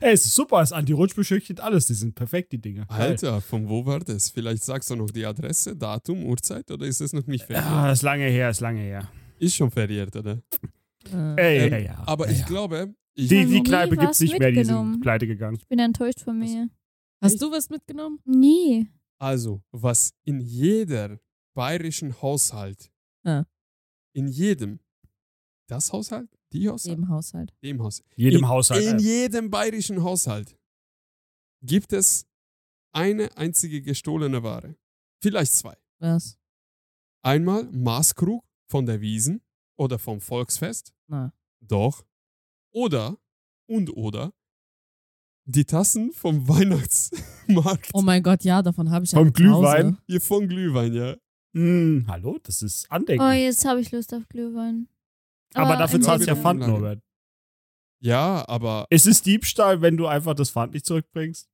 Speaker 4: Ey, es ist super, es ist antirutschbeschichtet, alles. Die sind perfekt, die Dinger. Geil.
Speaker 3: Alter, von wo war das? Vielleicht sagst du noch die Adresse, Datum, Uhrzeit oder ist es noch nicht verjährt?
Speaker 4: Ah, ist lange her, ist lange her.
Speaker 3: Ist schon verjährt, oder?
Speaker 1: Äh,
Speaker 4: Ey,
Speaker 3: Ähm,
Speaker 4: ja, ja.
Speaker 3: Aber
Speaker 4: ja,
Speaker 3: ich
Speaker 4: ja.
Speaker 3: glaube, ich
Speaker 4: Die, die
Speaker 2: Nie
Speaker 4: Kneipe
Speaker 2: was
Speaker 4: gibt's nicht mehr, die sind
Speaker 2: mitgenommen.
Speaker 4: pleite gegangen.
Speaker 2: Ich bin enttäuscht von mir.
Speaker 1: Hast du was mitgenommen?
Speaker 2: Nie.
Speaker 3: also, was in jeder bayerischen Haushalt,
Speaker 1: Ja.
Speaker 3: in jedem, das Haushalt, die Haushalt,
Speaker 1: Im Haushalt.
Speaker 3: dem Haus,
Speaker 4: Jedem
Speaker 3: In-
Speaker 4: Haushalt.
Speaker 3: in
Speaker 4: äh,
Speaker 3: jedem bayerischen Haushalt gibt es eine einzige gestohlene Ware. Vielleicht zwei.
Speaker 1: Was?
Speaker 3: Einmal Maßkrug von der Wiesen oder vom Volksfest.
Speaker 1: Na.
Speaker 3: Doch. Oder und oder die Tassen vom (laughs) Weihnachtsmarkt.
Speaker 1: Oh mein Gott, ja, davon habe ich
Speaker 4: Vom
Speaker 1: eine zu Hause.
Speaker 4: Glühwein?
Speaker 3: Hier von Glühwein, ja.
Speaker 4: Mm, hallo, das ist Andenken.
Speaker 2: Oh, jetzt habe ich Lust auf Glühwein.
Speaker 4: aber dafür
Speaker 2: im
Speaker 4: zahlst du ja
Speaker 3: Sinne-
Speaker 2: Winter.
Speaker 4: Pfand, Norbert.
Speaker 3: Ja, aber
Speaker 4: Es ist Diebstahl, wenn du einfach das Pfand nicht zurückbringst.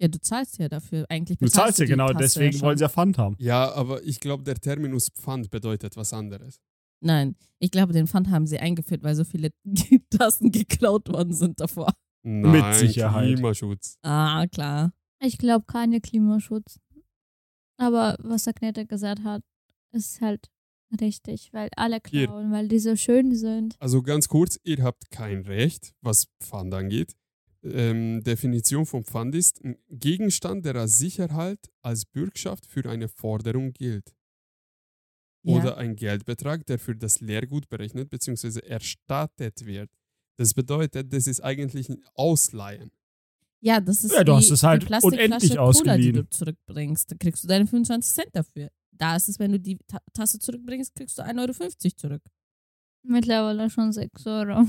Speaker 1: Ja, du zahlst ja dafür. Eigentlich
Speaker 4: Du zahlst ja
Speaker 1: die
Speaker 4: genau,
Speaker 1: Tasse
Speaker 4: deswegen
Speaker 1: schon.
Speaker 4: wollen sie ja Pfand haben.
Speaker 3: ja, aber ich glaube, der Terminus Pfand bedeutet was anderes.
Speaker 1: Nein, ich glaube, den Pfand haben sie eingeführt, weil so viele (laughs) Tassen geklaut worden sind davor.
Speaker 3: Nein,
Speaker 4: Sicherheit.
Speaker 3: Klimaschutz.
Speaker 1: Ah, klar.
Speaker 2: Ich glaube keine Klimaschutz. Aber was der Knete gesagt hat, ist halt richtig, weil alle
Speaker 3: Hier.
Speaker 2: klauen, weil die so schön sind.
Speaker 3: Also ganz kurz, ihr habt kein Recht, was Pfand angeht. Ähm, Definition von Pfand ist ein Gegenstand, der als Sicherheit als Bürgschaft für eine Forderung gilt.
Speaker 1: Ja.
Speaker 3: oder ein Geldbetrag, der für das Lehrgut berechnet bzw. erstattet wird. Das bedeutet, das ist eigentlich ein Ausleihen.
Speaker 1: Ja, das ist
Speaker 4: Ja, du
Speaker 1: wie
Speaker 4: hast es halt
Speaker 1: die Plastikflasche
Speaker 4: unendlich
Speaker 1: Cola, die du
Speaker 4: ausgeliehen.
Speaker 1: zurückbringst. Da kriegst du deine 25 Cent dafür. Da ist es, wenn du die Ta Tasse zurückbringst, kriegst du 1,50 Euro zurück.
Speaker 2: Mittlerweile schon 6 Euro.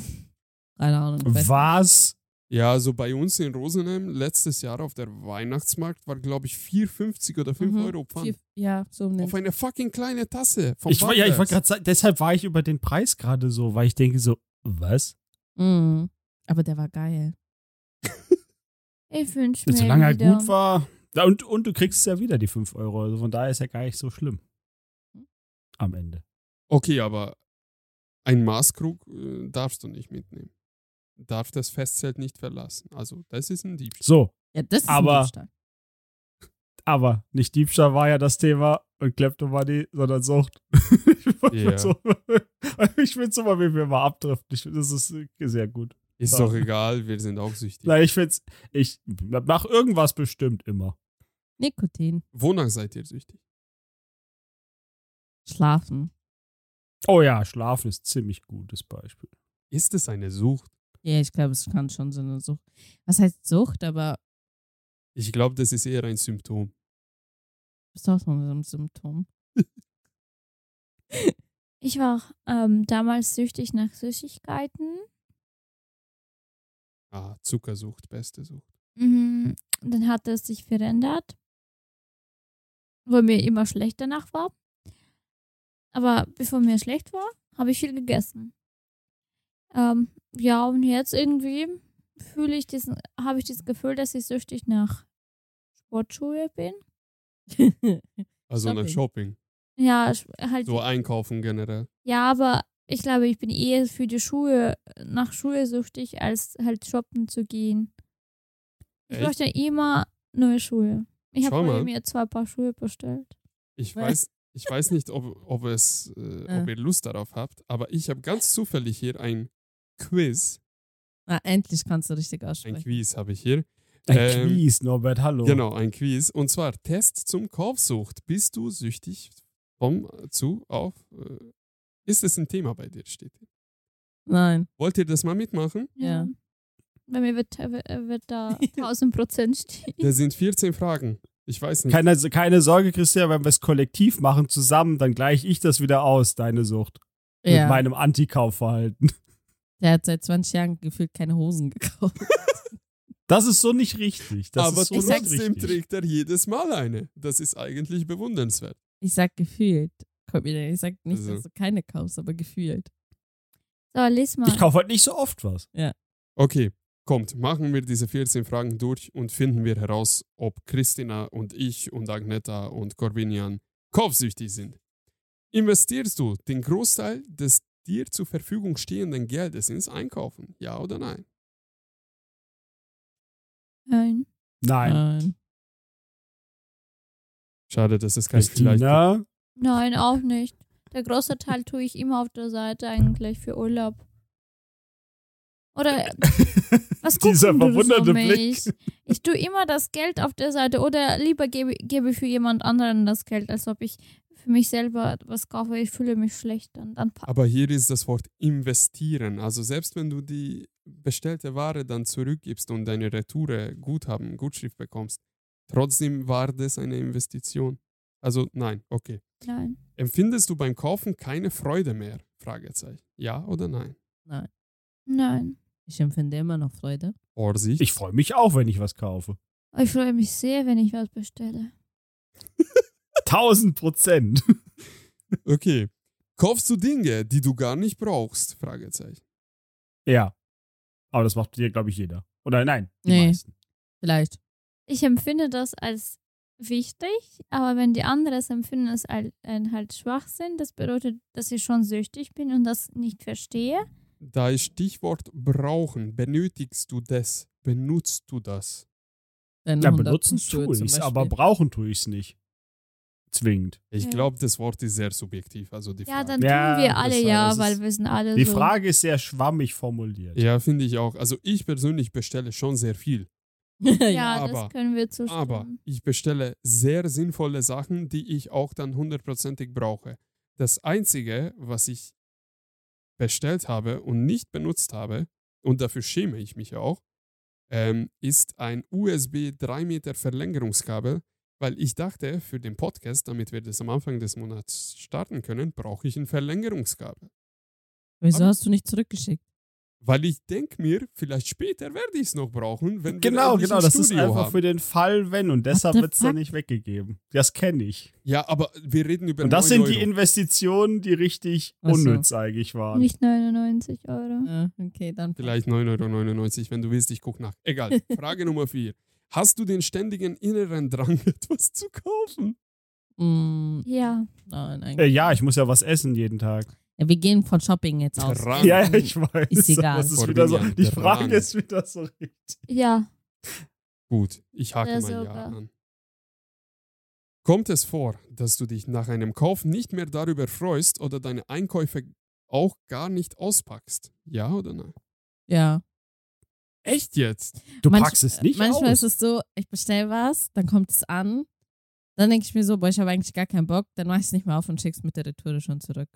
Speaker 1: Keine Ahnung. ich weiß
Speaker 4: Was?
Speaker 3: Ja, also bei uns in Rosenheim letztes Jahr auf der Weihnachtsmarkt war, glaube ich, 4,50 oder 5
Speaker 1: Mhm.
Speaker 3: Euro
Speaker 1: nicht.
Speaker 3: Pfand.
Speaker 1: Vier- Ja, so um den
Speaker 3: Auf eine fucking kleine Tasse. Vom
Speaker 4: Ich, war- ja,
Speaker 3: Bartels.
Speaker 4: ich wollte gerade sagen, deshalb war ich über den Preis gerade so, weil ich denke so, was?
Speaker 1: Mhm. Aber der war geil.
Speaker 2: Ich wünsche mir.
Speaker 4: Solange er
Speaker 2: wieder.
Speaker 4: halt gut war. Ja, Und, und du kriegst ja wieder die 5 Euro. Also von daher ist ja gar nicht so schlimm. Am Ende.
Speaker 3: Okay, aber ein Maßkrug äh, darfst du nicht mitnehmen. Darf das Festzelt nicht verlassen. Also, das ist ein Diebstahl.
Speaker 4: So,
Speaker 1: Ja, das ist
Speaker 4: Aber-
Speaker 1: ein Diebstahl.
Speaker 4: aber nicht Diebstahl war ja das Thema und Kleptomanie, sondern Sucht. (laughs) ich bin
Speaker 3: Ja.
Speaker 4: so, (laughs) ich find's immer, wie wir mal abdriften. Ich find, das ist äh, sehr gut.
Speaker 3: Ist
Speaker 4: Ja.
Speaker 3: doch egal, wir sind auch süchtig.
Speaker 4: Nein, ich find's, ich mach irgendwas bestimmt immer.
Speaker 1: Nikotin.
Speaker 3: Wonach seid ihr süchtig?
Speaker 1: Schlafen.
Speaker 4: Oh ja, Schlafen ist ziemlich gutes Beispiel.
Speaker 3: Ist es eine Sucht?
Speaker 1: Ja, ich glaube, es kann schon so eine Sucht. Was heißt Sucht? Aber
Speaker 3: Ich glaube, das ist eher ein Symptom.
Speaker 1: ist doch so ein Symptom. (laughs)
Speaker 2: Ich war ähm, damals süchtig nach Süßigkeiten.
Speaker 3: Ah, Zuckersucht, beste Sucht.
Speaker 2: Mhm. Dann hat es sich verändert, weil mir immer schlecht danach war. Aber bevor mir schlecht war, habe ich viel gegessen. Ähm, ja, und jetzt irgendwie fühle ich diesen, habe ich das Gefühl, dass ich süchtig nach Sportschuhe bin.
Speaker 3: Also nach Shopping.
Speaker 2: Ja, sch- halt.
Speaker 3: So einkaufen generell.
Speaker 2: Ja, aber ich glaube, ich bin eher für die Schuhe, nach Schuhe süchtig, als halt shoppen zu gehen. Ich
Speaker 3: Echt?
Speaker 2: bräuchte immer neue Schuhe. Ich
Speaker 3: Schau mal.
Speaker 2: habe mir zwei Paar Schuhe bestellt.
Speaker 3: Ich
Speaker 1: Weil-
Speaker 3: weiß, ich weiß nicht, ob, ob, es, äh,
Speaker 1: Ah.
Speaker 3: ob ihr Lust darauf habt, aber ich habe ganz zufällig hier ein Quiz.
Speaker 1: Na, endlich kannst du richtig
Speaker 3: Ein
Speaker 1: aussprechen.
Speaker 3: Quiz habe ich hier.
Speaker 4: Ein
Speaker 3: Ähm,
Speaker 4: Quiz, Norbert, hallo.
Speaker 3: Genau, ein Quiz. Und zwar Test zum Kaufsucht. Bist du süchtig vom zu auf? Äh, ist es ein Thema bei dir, steht?
Speaker 1: Nein.
Speaker 3: Wollt ihr das mal mitmachen?
Speaker 1: Ja.
Speaker 2: Bei mir wird, äh, wird da
Speaker 3: (laughs)
Speaker 2: 1000 Prozent stehen.
Speaker 3: Da sind 14 Fragen. Ich weiß nicht.
Speaker 4: Keine, keine Sorge, Christian, wenn wir es kollektiv machen, zusammen, dann gleiche ich das wieder aus, deine Sucht.
Speaker 1: Ja.
Speaker 4: Mit meinem Antikaufverhalten. (laughs)
Speaker 1: Der hat seit 20 Jahren gefühlt keine Hosen gekauft. (laughs)
Speaker 4: Das ist so nicht richtig. Das
Speaker 3: aber
Speaker 4: ist so
Speaker 1: Ich
Speaker 4: nicht
Speaker 1: sag's
Speaker 3: trotzdem
Speaker 4: richtig.
Speaker 3: trägt er jedes Mal eine. Das ist eigentlich bewundernswert.
Speaker 1: Ich sag gefühlt. Kommt wieder. Ich sag nicht,
Speaker 3: Also-
Speaker 1: dass du keine kaufst, aber gefühlt.
Speaker 2: So, lies mal.
Speaker 4: Ich kaufe heute nicht so oft was.
Speaker 3: Okay, kommt, machen wir diese 14 Fragen durch und finden wir heraus, ob Christina und ich und Agneta und Corbinian kaufsüchtig sind. Investierst du den Großteil des dir zur Verfügung stehenden Geldes ins Einkaufen? Ja oder nein?
Speaker 2: Nein.
Speaker 4: Nein.
Speaker 1: Nein.
Speaker 3: Schade, dass es kein Vielleicht gibt.
Speaker 4: Christina,
Speaker 2: Nein, auch nicht. Der große Teil tue ich immer auf der Seite eigentlich für Urlaub.
Speaker 4: (laughs)
Speaker 2: Oder äh, was gucken
Speaker 4: Dieser
Speaker 2: du so
Speaker 4: verwunderte
Speaker 2: mich? Ich tue immer das Geld auf der Seite oder lieber gebe, gebe für jemand anderen das Geld, als ob ich für mich selber was kaufe. Ich fühle mich schlecht dann. dann pa-
Speaker 3: Aber hier ist das Wort investieren. Also selbst wenn du die bestellte Ware dann zurückgibst und deine Retoure Guthaben, Gutschrift bekommst, trotzdem war das eine Investition. Also nein, okay.
Speaker 2: Nein.
Speaker 3: Empfindest du beim Kaufen keine Freude mehr? Fragezeichen. Ja oder nein?
Speaker 2: Nein.
Speaker 1: Ich empfinde immer noch Freude.
Speaker 3: Vorsicht.
Speaker 4: ich freue mich auch, wenn ich was kaufe.
Speaker 2: Ich freue mich sehr, wenn ich was bestelle.
Speaker 4: 1000 Prozent. (laughs)
Speaker 3: Okay. Kaufst du Dinge, die du gar nicht brauchst? Fragezeichen.
Speaker 4: Ja. Aber das macht dir, glaube ich, jeder. Oder nein, die
Speaker 1: Nee.
Speaker 4: meisten.
Speaker 1: Vielleicht.
Speaker 2: ich empfinde das als wichtig, aber wenn die anderen es empfinden als ein, ein halt Schwachsinn, das bedeutet, dass ich schon süchtig bin und das nicht verstehe.
Speaker 3: Da ist Stichwort brauchen. Benötigst du das? Benutzt du das?
Speaker 1: Deine
Speaker 4: Ja,
Speaker 1: 100
Speaker 4: benutzen
Speaker 1: Schuhe
Speaker 4: tue
Speaker 1: zum
Speaker 4: ich
Speaker 1: Beispiel.
Speaker 4: aber
Speaker 1: (laughs)
Speaker 4: brauchen tue ich es nicht. Zwingend.
Speaker 3: Ich
Speaker 2: Ja.
Speaker 3: glaube, das Wort ist sehr subjektiv. Also die
Speaker 2: Ja,
Speaker 3: Frage.
Speaker 2: dann
Speaker 4: Ja,
Speaker 2: tun wir
Speaker 4: das
Speaker 2: alle
Speaker 4: war-
Speaker 2: ja,
Speaker 4: das ist-
Speaker 2: weil wir sind alle
Speaker 4: Die
Speaker 1: Also
Speaker 2: so.
Speaker 4: Frage ist sehr schwammig formuliert.
Speaker 3: ja, finde ich auch. Also ich persönlich bestelle schon sehr viel.
Speaker 2: ja,
Speaker 3: aber-
Speaker 2: das können wir zustimmen.
Speaker 3: Aber ich bestelle sehr sinnvolle Sachen, die ich auch dann hundertprozentig brauche. Das Einzige, was ich bestellt habe und nicht benutzt habe, und dafür schäme ich mich auch, ähm, ist ein USB 3 Meter Verlängerungskabel, weil ich dachte, für den Podcast, damit wir das am Anfang des Monats starten können, brauche ich ein Verlängerungskabel.
Speaker 1: Wieso
Speaker 3: Aber-
Speaker 1: hast du nicht zurückgeschickt?
Speaker 3: Weil ich denke mir, vielleicht später werde ich es noch brauchen, wenn wir
Speaker 4: Genau,
Speaker 3: endlich
Speaker 4: genau.
Speaker 3: ein
Speaker 4: Das ist
Speaker 3: Studio
Speaker 4: einfach
Speaker 3: haben.
Speaker 4: für den Fall, wenn. Und deshalb
Speaker 1: the
Speaker 4: wird es dann
Speaker 1: fuck?
Speaker 4: nicht weggegeben. Das kenne ich. Genau,
Speaker 3: Ja, aber wir reden über
Speaker 4: Und das
Speaker 3: 9
Speaker 4: sind die
Speaker 3: Euro.
Speaker 4: Investitionen, die richtig
Speaker 1: Ach so.
Speaker 4: unnütz eigentlich waren.
Speaker 2: Nicht 99 Euro.
Speaker 1: Ah, okay, dann.
Speaker 3: Vielleicht 9,99 Euro, wenn du willst, ich guck nach. Egal. Frage Nummer 4. Hast du den ständigen inneren Drang, (laughs) etwas zu kaufen?
Speaker 1: Mm,
Speaker 2: Ja.
Speaker 1: nein,
Speaker 4: Äh,
Speaker 1: eigentlich.
Speaker 4: ja, ich muss ja was essen jeden Tag.
Speaker 1: Ja, wir gehen von Shopping jetzt aus.
Speaker 3: Drang.
Speaker 4: Ja, ja, ich weiß.
Speaker 1: Ist egal.
Speaker 4: Das ist
Speaker 3: Vor
Speaker 4: wieder
Speaker 3: dem
Speaker 4: so,
Speaker 3: Jahr
Speaker 4: die
Speaker 3: der Rang.
Speaker 4: Frage ist wieder so richtig.
Speaker 2: Ja.
Speaker 3: Gut, ich hake
Speaker 2: Ja,
Speaker 3: mein Ja
Speaker 2: sogar.
Speaker 3: an. Kommt es vor, dass du dich nach einem Kauf nicht mehr darüber freust oder deine Einkäufe auch gar nicht auspackst? Ja oder nein?
Speaker 1: Ja.
Speaker 3: Echt jetzt?
Speaker 4: Du
Speaker 1: Manch-
Speaker 4: packst es nicht
Speaker 1: Manchmal
Speaker 4: aus.
Speaker 1: ist es so, ich bestelle was, dann kommt es an. Dann denke ich mir so, boah, ich habe eigentlich gar keinen Bock, dann mache ich es nicht mehr auf und schick's mit der Retour schon zurück.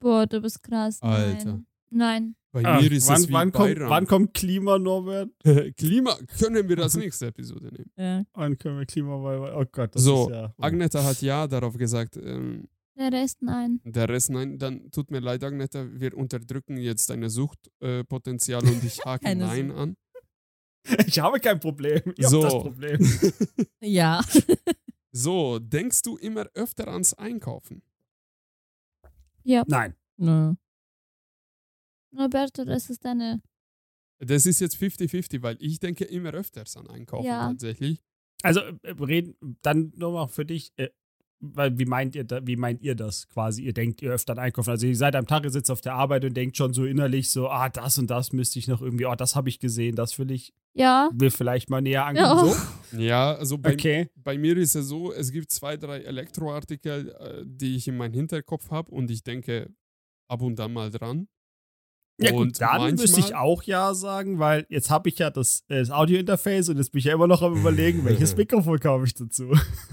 Speaker 2: Boah, du bist krass.
Speaker 3: Alter.
Speaker 2: Nein.
Speaker 3: Bei
Speaker 4: Ah,
Speaker 3: mir ist
Speaker 4: wann,
Speaker 3: es wie
Speaker 4: wann, kommt,
Speaker 3: Bayram.
Speaker 4: wann kommt Klima, Norbert?
Speaker 3: (laughs) Klima können wir
Speaker 4: (laughs)
Speaker 3: das nächste Episode nehmen.
Speaker 1: Ja.
Speaker 4: Wann können wir Klima mal. Oh Gott, das
Speaker 3: So,
Speaker 4: ist ja.
Speaker 3: Agneta hat ja darauf gesagt, ähm,
Speaker 2: Nein. Der Rest nein.
Speaker 3: Der Rest, nein, dann tut mir leid, Agneta, wir unterdrücken jetzt deine Suchtpotenzial äh, Potenzial und ich hake
Speaker 1: Keine
Speaker 3: Nein an.
Speaker 4: (laughs) Ich habe kein Problem. Ich
Speaker 3: So.
Speaker 4: habe das
Speaker 3: (laughs)
Speaker 4: Problem.
Speaker 1: Ja.
Speaker 3: So, denkst du immer öfter ans Einkaufen?
Speaker 2: Ja.
Speaker 4: Nein.
Speaker 1: Nö.
Speaker 2: Roberto, das ist deine.
Speaker 3: Das ist jetzt 50-50, weil ich denke immer öfters an Einkaufen
Speaker 2: Ja.
Speaker 3: tatsächlich.
Speaker 4: Also äh, reden dann nur mal für dich, äh, weil wie meint ihr da, wie meint ihr das quasi? Ihr denkt ihr öfter an Einkaufen. Also ihr seid am Tag, ihr sitzt auf der Arbeit und denkt schon so innerlich so, ah, das und das müsste ich noch irgendwie, oh, das habe ich gesehen, das will ich
Speaker 2: Ja.
Speaker 4: will vielleicht mal näher
Speaker 2: Ja.
Speaker 4: angucken.
Speaker 3: Ja, also
Speaker 4: So.
Speaker 3: bei,
Speaker 4: Okay.
Speaker 3: bei mir ist es so, es gibt zwei, drei Elektroartikel, äh, die ich in meinem Hinterkopf habe und ich denke ab und an mal dran.
Speaker 4: Ja
Speaker 3: Und
Speaker 4: gut, dann müsste ich
Speaker 3: manchmal-
Speaker 4: auch ja sagen, weil jetzt habe ich ja das, äh, das Audio-Interface und jetzt bin ich ja immer
Speaker 3: (laughs)
Speaker 4: noch am überlegen, welches Mikrofon kaufe ich dazu.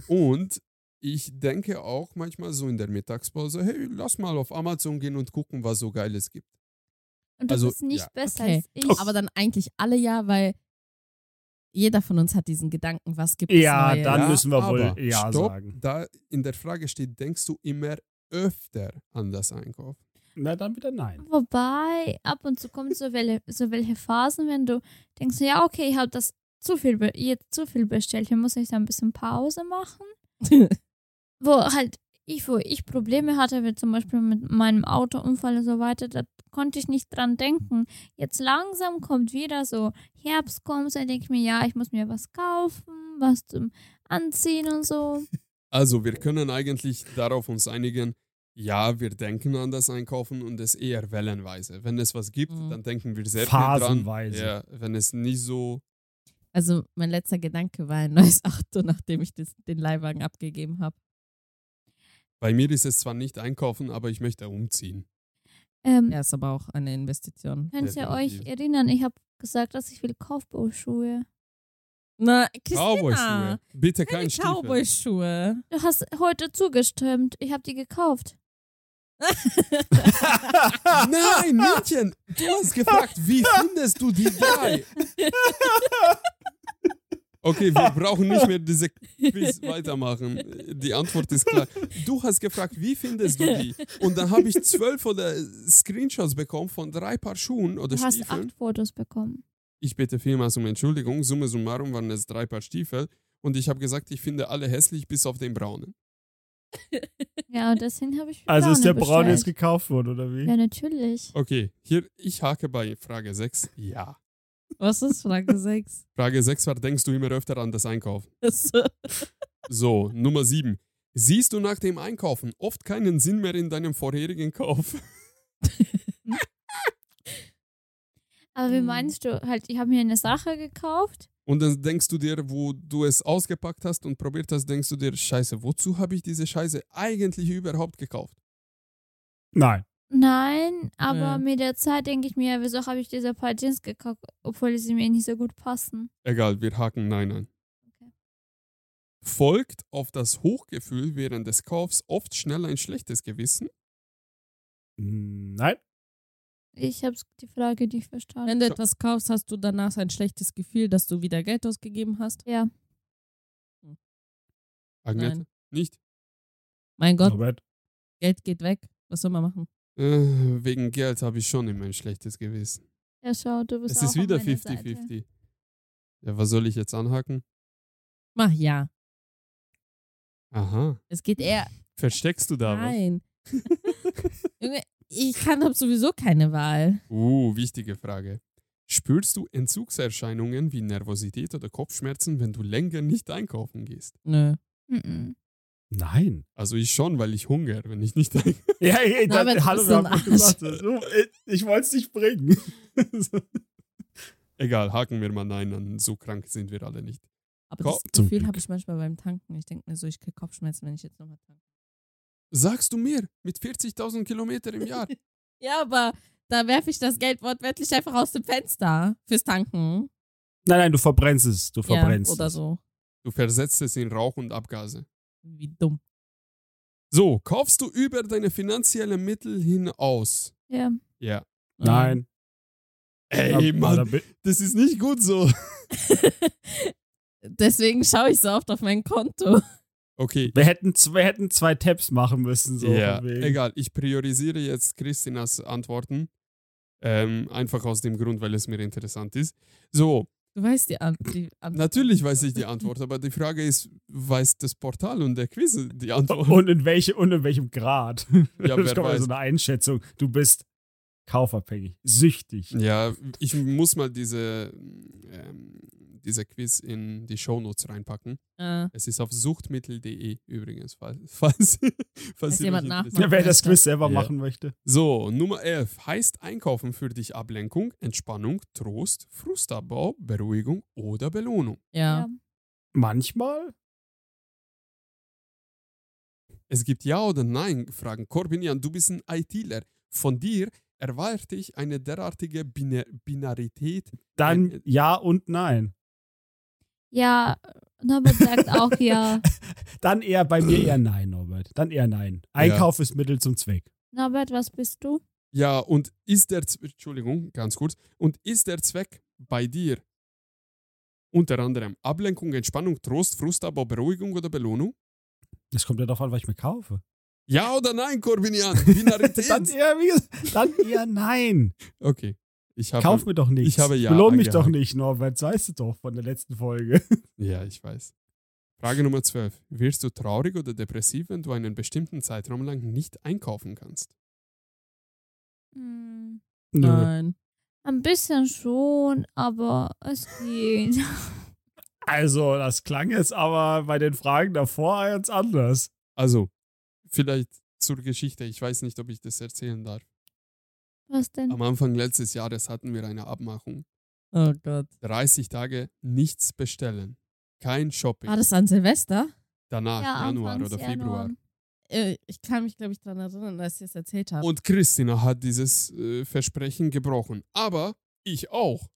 Speaker 3: Und ich denke auch manchmal so in der Mittagspause, hey, lass mal auf Amazon gehen und gucken, was so Geiles gibt.
Speaker 2: Und du
Speaker 3: Also,
Speaker 2: bist nicht
Speaker 3: ja.
Speaker 2: besser
Speaker 1: Okay.
Speaker 2: als ich.
Speaker 1: Aber dann eigentlich alle ja, weil jeder von uns hat diesen Gedanken, was gibt es
Speaker 4: Ja,
Speaker 1: Neues.
Speaker 4: dann
Speaker 3: Ja,
Speaker 4: müssen wir wohl
Speaker 3: aber
Speaker 4: ja
Speaker 3: stopp,
Speaker 4: sagen.
Speaker 3: Da in der Frage steht, denkst du immer öfter an das Einkaufen?
Speaker 4: Na, dann wieder nein.
Speaker 2: Wobei, ab und zu kommen so welche, so welche Phasen, wenn du denkst, ja, okay, ich habe das zu viel, be- jetzt zu viel bestellt, hier muss ich da ein bisschen Pause machen. Wo halt ich, wo ich Probleme hatte, wie zum Beispiel mit meinem Autounfall und so weiter, da konnte ich nicht dran denken. Jetzt langsam kommt wieder so Herbst kommt, dann denke ich mir, ja, ich muss mir was kaufen, was zum Anziehen und so.
Speaker 3: Also wir können eigentlich darauf uns einigen, ja, wir denken an das Einkaufen und es eher wellenweise. Wenn es was gibt,
Speaker 1: Mhm.
Speaker 3: dann denken wir sehr
Speaker 4: Phasenweise.
Speaker 3: viel dran. Ja, wenn es nicht so,
Speaker 1: (laughs) Also mein letzter Gedanke war ein neues Auto, nachdem ich das, den Leihwagen abgegeben habe.
Speaker 3: bei mir ist es zwar nicht Einkaufen, aber ich möchte umziehen.
Speaker 2: Ähm,
Speaker 1: Ja, ist aber auch eine Investition.
Speaker 2: Könnt ihr euch
Speaker 3: Definitiv.
Speaker 2: erinnern, ich habe gesagt, dass ich will Kaufbauschuhe.
Speaker 1: Na,
Speaker 3: Cowboy-Schuhe.
Speaker 1: Christina,
Speaker 3: Bitte
Speaker 1: keine
Speaker 3: kein Stiefel.
Speaker 1: Cowboy-Schuhe.
Speaker 2: Du hast heute zugestimmt. Ich habe die gekauft.
Speaker 3: Nein, Mädchen, du hast gefragt, wie findest du die drei? Okay, wir brauchen nicht mehr diese Quiz weitermachen. Die Antwort ist klar. Du hast gefragt, wie findest du die? Und dann habe ich zwölf oder Screenshots bekommen von drei Paar Schuhen oder
Speaker 2: Du hast
Speaker 3: Stiefeln.
Speaker 2: acht Fotos bekommen.
Speaker 3: Ich bitte vielmals um Entschuldigung. Summa summarum waren es drei Paar Stiefel. Und ich habe gesagt, ich finde alle hässlich, bis auf den braunen.
Speaker 2: Ja, und deswegen habe ich.
Speaker 4: (laughs) (laughs) Also ist der
Speaker 1: Genau,
Speaker 4: Braune jetzt
Speaker 2: bestellt.
Speaker 4: gekauft worden, oder wie?
Speaker 2: Ja, natürlich.
Speaker 3: Okay, hier, ich hake bei Frage 6. Ja.
Speaker 1: Was ist
Speaker 4: (laughs)
Speaker 1: Frage 6?
Speaker 3: Frage 6 war, denkst du immer öfter an das Einkaufen? So, Nummer 7. Siehst du nach dem Einkaufen oft keinen Sinn mehr in deinem vorherigen Kauf?
Speaker 2: Aber
Speaker 3: Hm.
Speaker 2: wie
Speaker 1: Mhm.
Speaker 2: meinst du? Halt, ich habe mir eine Sache gekauft.
Speaker 3: Und dann denkst du dir, wo du es ausgepackt hast und probiert hast, denkst du dir, scheiße, wozu habe ich diese Scheiße eigentlich überhaupt gekauft?
Speaker 4: Nein.
Speaker 2: Nein, aber
Speaker 1: Ja.
Speaker 3: Hm.
Speaker 2: mit der Zeit denke ich mir, wieso habe ich diese paar Jeans gekauft, obwohl sie mir nicht so gut passen.
Speaker 3: Egal, wir haken Nein an.
Speaker 2: Okay.
Speaker 3: Folgt auf das Hochgefühl während des Kaufs oft schnell ein schlechtes Gewissen
Speaker 4: Mm, Nein.
Speaker 2: Ich habe die Frage nicht verstanden.
Speaker 1: Wenn du etwas kaufst, hast du danach ein schlechtes Gefühl, dass du wieder Geld ausgegeben hast.
Speaker 2: Ja,
Speaker 3: Agnete?
Speaker 1: Nein.
Speaker 3: Nicht?
Speaker 1: Mein Gott,
Speaker 4: Norbert.
Speaker 1: Geld geht weg. Was soll man machen?
Speaker 3: Äh, wegen Geld habe ich schon immer ein schlechtes Gewissen.
Speaker 2: ja, schau, du bist
Speaker 3: Es
Speaker 2: auch
Speaker 3: ist wieder
Speaker 2: auf meiner Seite.
Speaker 3: 50-50. Ja, was soll ich jetzt anhaken?
Speaker 1: Mach ja.
Speaker 3: Aha.
Speaker 1: Es geht eher.
Speaker 3: Versteckst du da
Speaker 4: (laughs)
Speaker 1: Nein. Junge, ich kann hab sowieso keine Wahl.
Speaker 3: was? Uh, wichtige Frage. Spürst du Entzugserscheinungen wie Nervosität oder Kopfschmerzen, wenn du länger nicht einkaufen gehst?
Speaker 1: Nö.
Speaker 2: Mhm.
Speaker 1: (laughs)
Speaker 4: Nein.
Speaker 3: Also ich schon, weil ich Hunger, wenn ich nicht einkaufe.
Speaker 4: Ja, ey,
Speaker 1: Na,
Speaker 4: dann,
Speaker 1: aber du
Speaker 4: hallo,
Speaker 1: bist
Speaker 4: wir
Speaker 1: so ein
Speaker 4: haben gesagt, so, ey, ich wollte es nicht bringen.
Speaker 3: (laughs)
Speaker 4: (laughs)
Speaker 3: Egal, haken wir mal nein an. So krank sind wir alle nicht.
Speaker 1: Aber
Speaker 3: Ko-
Speaker 1: das
Speaker 4: Zum
Speaker 1: Gefühl
Speaker 4: Glück.
Speaker 1: habe ich manchmal beim Tanken. Ich denke mir so, ich krieg Kopfschmerzen, wenn ich jetzt nochmal tanke.
Speaker 3: Sagst du mir, mit 40.000 Kilometer im Jahr?
Speaker 1: Ja, aber da werfe ich das Geld wortwörtlich einfach aus dem Fenster fürs Tanken.
Speaker 4: nein, nein, du verbrennst es. Du verbrennst
Speaker 1: Ja, oder
Speaker 4: es.
Speaker 1: so.
Speaker 3: Du versetzt es in Rauch und Abgase.
Speaker 1: Wie dumm.
Speaker 3: So, kaufst du über deine finanziellen Mittel hinaus?
Speaker 2: Ja,
Speaker 3: Ja.
Speaker 4: Nein.
Speaker 3: Ey,
Speaker 4: Ja,
Speaker 3: Mann,
Speaker 4: da bin-
Speaker 3: das ist nicht gut so.
Speaker 1: Deswegen schaue ich so oft auf mein Konto.
Speaker 3: Okay,
Speaker 4: Wir hätten, z- wir hätten zwei Tabs machen müssen. So
Speaker 3: ja,
Speaker 4: von wegen.
Speaker 3: egal. Ich priorisiere jetzt Christinas Antworten. Ähm, einfach aus dem Grund, weil es mir interessant ist. So,
Speaker 1: Du weißt die, An die Antwort.
Speaker 3: natürlich weiß ich die Antwort, aber die Frage ist, weiß das Portal und der Quiz die Antwort?
Speaker 4: Und in, welche, und in welchem Grad? (laughs)
Speaker 3: Ja,
Speaker 4: das
Speaker 3: wer
Speaker 4: kommt also
Speaker 3: weiß.
Speaker 4: eine Einschätzung. Du bist kaufabhängig, süchtig.
Speaker 3: Ja, ich muss mal diese, ähm, diese Quiz in die Shownotes reinpacken.
Speaker 1: Äh,
Speaker 3: Es ist auf suchtmittel.de übrigens, falls, (laughs) falls, falls ihr
Speaker 1: jemand
Speaker 3: euch
Speaker 1: nachmacht.
Speaker 3: interessiert.
Speaker 4: Ja, wer das Quiz selber
Speaker 3: Ja.
Speaker 4: machen möchte.
Speaker 3: So, Nummer 11 heißt Einkaufen für dich Ablenkung, Entspannung, Trost, Frustabbau, Beruhigung oder Belohnung.
Speaker 1: ja.
Speaker 2: ja.
Speaker 4: Manchmal?
Speaker 3: Es gibt Ja- oder Nein-Fragen. Corbinian, du bist ein ITler. Von dir erwarte ich eine derartige Bina Binarität.
Speaker 4: Dann
Speaker 3: Äh, äh.
Speaker 4: ja und nein.
Speaker 2: Ja, Norbert sagt auch
Speaker 3: (laughs)
Speaker 2: ja.
Speaker 4: Dann eher bei mir eher nein, Norbert. Dann eher nein. Einkauf ist Mittel zum Zweck.
Speaker 2: Norbert, was bist du?
Speaker 3: Ja, und ist der Z Entschuldigung, ganz kurz. Und ist der Zweck bei dir unter anderem Ablenkung, Entspannung, Trost, Frustabbau, Beruhigung oder Belohnung?
Speaker 4: Das kommt ja darauf an, was ich
Speaker 3: (laughs)
Speaker 4: mir kaufe.
Speaker 3: Ja oder nein,
Speaker 4: (laughs)
Speaker 3: Corbinian?
Speaker 4: Dann
Speaker 3: Binarität.
Speaker 4: eher, wie gesagt, dann eher nein.
Speaker 3: okay. Ich habe
Speaker 4: Kauf mir doch nichts.
Speaker 3: ich habe ja
Speaker 4: Belohn mich
Speaker 3: angehakt.
Speaker 4: doch nicht, Norbert. Das weißt du doch von der letzten Folge.
Speaker 3: Ja, ich weiß. Frage Nummer 12. Wirst du traurig oder depressiv, wenn du einen bestimmten Zeitraum lang nicht einkaufen kannst?
Speaker 2: Hm,
Speaker 1: Nein.
Speaker 2: ein bisschen schon, aber es geht. (laughs)
Speaker 4: Also, das klang jetzt aber bei den Fragen davor jetzt anders.
Speaker 3: Also, vielleicht zur Geschichte. Ich weiß nicht, ob ich das erzählen darf.
Speaker 2: Was denn?
Speaker 3: Am Anfang letztes Jahres hatten wir eine Abmachung.
Speaker 1: Oh Gott.
Speaker 3: 30 Tage nichts bestellen. Kein Shopping.
Speaker 1: War Ah, das an Silvester?
Speaker 3: Danach,
Speaker 2: ja,
Speaker 3: Januar
Speaker 2: Anfangs
Speaker 3: oder Februar.
Speaker 2: Januar.
Speaker 1: Äh, Ich kann mich, glaube ich, daran erinnern, dass ich es erzählt habe.
Speaker 3: Und Christina hat dieses äh, Versprechen gebrochen. Aber ich auch.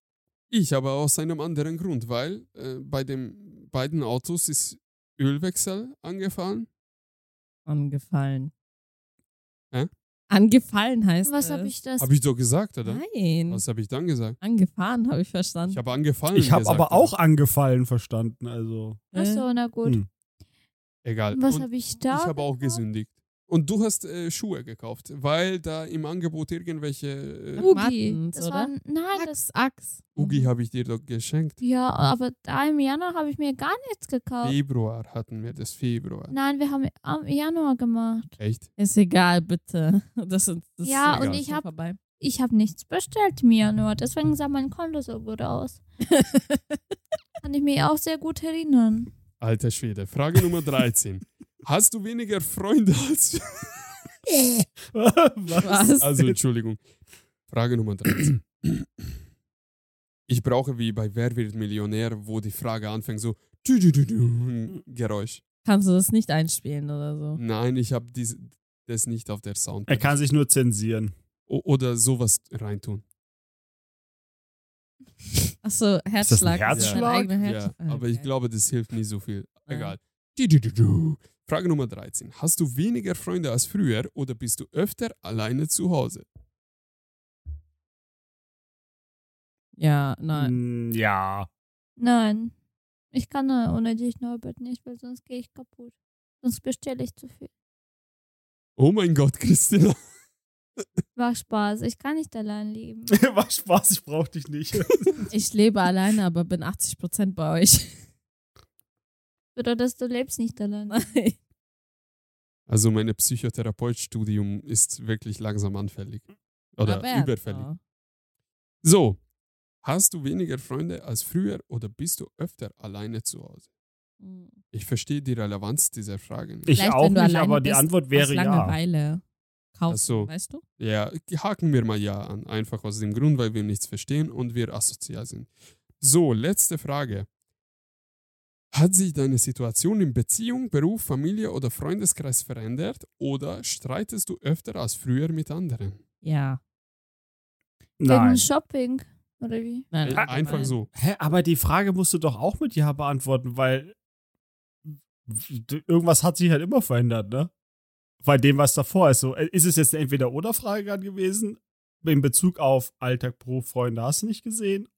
Speaker 3: Ich aber aus einem anderen Grund, weil äh, bei den beiden Autos ist Ölwechsel angefahren.
Speaker 1: Angefallen.
Speaker 3: Hä?
Speaker 1: Angefallen heißt
Speaker 2: Was
Speaker 1: es.
Speaker 2: habe ich das?
Speaker 3: Habe ich doch gesagt, oder?
Speaker 1: Nein.
Speaker 3: Was habe ich dann gesagt?
Speaker 1: Angefahren habe ich verstanden.
Speaker 3: Ich habe angefallen.
Speaker 4: Ich habe
Speaker 3: gesagt,
Speaker 4: aber auch angefallen verstanden, also.
Speaker 1: Äh,
Speaker 2: Achso, na gut.
Speaker 4: Hm.
Speaker 3: Egal.
Speaker 2: Was
Speaker 3: Und
Speaker 2: habe ich
Speaker 3: ich
Speaker 2: da?
Speaker 3: habe auch
Speaker 2: gekauft?
Speaker 3: gesündigt. Und du hast äh, Schuhe gekauft, weil da im Angebot irgendwelche. Äh,
Speaker 2: Ugi.
Speaker 1: Martens,
Speaker 2: das
Speaker 1: oder?
Speaker 2: War, nein, das,
Speaker 1: Axt, Axt.
Speaker 3: Ugi
Speaker 1: Mhm.
Speaker 3: habe ich dir doch geschenkt.
Speaker 2: ja, aber da im Januar habe ich mir gar nichts gekauft.
Speaker 3: Februar hatten wir das, Februar.
Speaker 2: Nein, wir haben am Januar gemacht.
Speaker 3: Echt?
Speaker 1: Ist egal, bitte. (laughs) Das, ist- das
Speaker 2: Ja,
Speaker 1: ist
Speaker 3: und
Speaker 1: egal.
Speaker 2: ich hab-
Speaker 1: Vorbei.
Speaker 2: Ich habe nichts bestellt im Januar, deswegen sah mein Konto so gut aus. Kann ich mich auch sehr gut erinnern.
Speaker 3: Alter Schwede. Frage Nummer 13.
Speaker 4: (laughs)
Speaker 3: Hast du weniger Freunde als.
Speaker 4: (laughs) Was?
Speaker 1: Äh. Was?
Speaker 3: Also, Entschuldigung. Frage Nummer 13. Ich brauche wie bei Wer wird Millionär, wo die Frage anfängt, so tü -tü -tü -tü Geräusch.
Speaker 1: Kannst du das nicht einspielen oder so?
Speaker 3: Nein, ich habe das nicht auf der Sound.
Speaker 4: Er kann sich nur zensieren.
Speaker 3: O oder sowas reintun.
Speaker 1: Achso,
Speaker 4: das ein
Speaker 1: Herzschlag.
Speaker 3: Herzschlag?
Speaker 1: Mein eigener
Speaker 3: Ja,
Speaker 1: Herzschlag.
Speaker 3: aber ich
Speaker 1: Okay.
Speaker 3: glaube, das hilft nie so viel.
Speaker 1: Nein.
Speaker 3: Egal. Tü -tü -tü -tü. Frage Nummer 13. Hast du weniger Freunde als früher oder bist du öfter alleine zu Hause?
Speaker 1: Ja, nein.
Speaker 4: Mm, Ja. (laughs)
Speaker 2: Nein. Ich kann äh, ohne dich, Norbert, nicht, weil sonst gehe ich kaputt. Sonst bestelle ich zu viel.
Speaker 3: Oh mein Gott, Christina.
Speaker 2: War Spaß. Ich kann nicht allein leben.
Speaker 4: War Spaß, ich brauch dich nicht.
Speaker 1: Ich lebe alleine, aber bin 80% bei euch. (laughs)
Speaker 2: Oder dass du lebst nicht allein.
Speaker 1: Nein.
Speaker 3: Also mein Psychotherapeutstudium ist wirklich langsam anfällig. Oder
Speaker 1: aber genau. er hat's
Speaker 3: überfällig.
Speaker 1: auch.
Speaker 3: So, hast du weniger Freunde als früher oder bist du öfter alleine zu Hause?
Speaker 1: Hm.
Speaker 3: Ich verstehe die Relevanz dieser Fragen. nicht.
Speaker 4: (laughs) Ich
Speaker 1: Vielleicht,
Speaker 4: auch
Speaker 1: wenn du
Speaker 4: nicht,
Speaker 1: alleine
Speaker 4: aber die
Speaker 1: bist,
Speaker 4: Antwort
Speaker 1: Aus
Speaker 4: wäre ja.
Speaker 1: Langeweile kaufen,
Speaker 3: Ach so.
Speaker 1: weißt du?
Speaker 3: Ja, haken wir mal ja an. Einfach aus dem Grund, weil wir nichts verstehen und wir asozial sind. So, letzte Frage. Hat sich deine Situation in Beziehung, Beruf, Familie oder Freundeskreis verändert oder streitest du öfter als früher mit anderen?
Speaker 1: Ja.
Speaker 2: Wegen
Speaker 4: Nein.
Speaker 2: Shopping. Oder wie?
Speaker 1: Nein,
Speaker 3: Äh,
Speaker 1: nein,
Speaker 3: Einfach
Speaker 1: Ah, nein.
Speaker 3: so.
Speaker 4: Hä, aber die Frage musst du doch auch mit Ja beantworten, weil irgendwas hat sich halt immer verändert, ne? Bei dem, was davor ist. So, äh, ist es jetzt eine Entweder-Oder-Frage gerade gewesen? In Bezug auf Alltag, Beruf, Freunde, hast du nicht gesehen?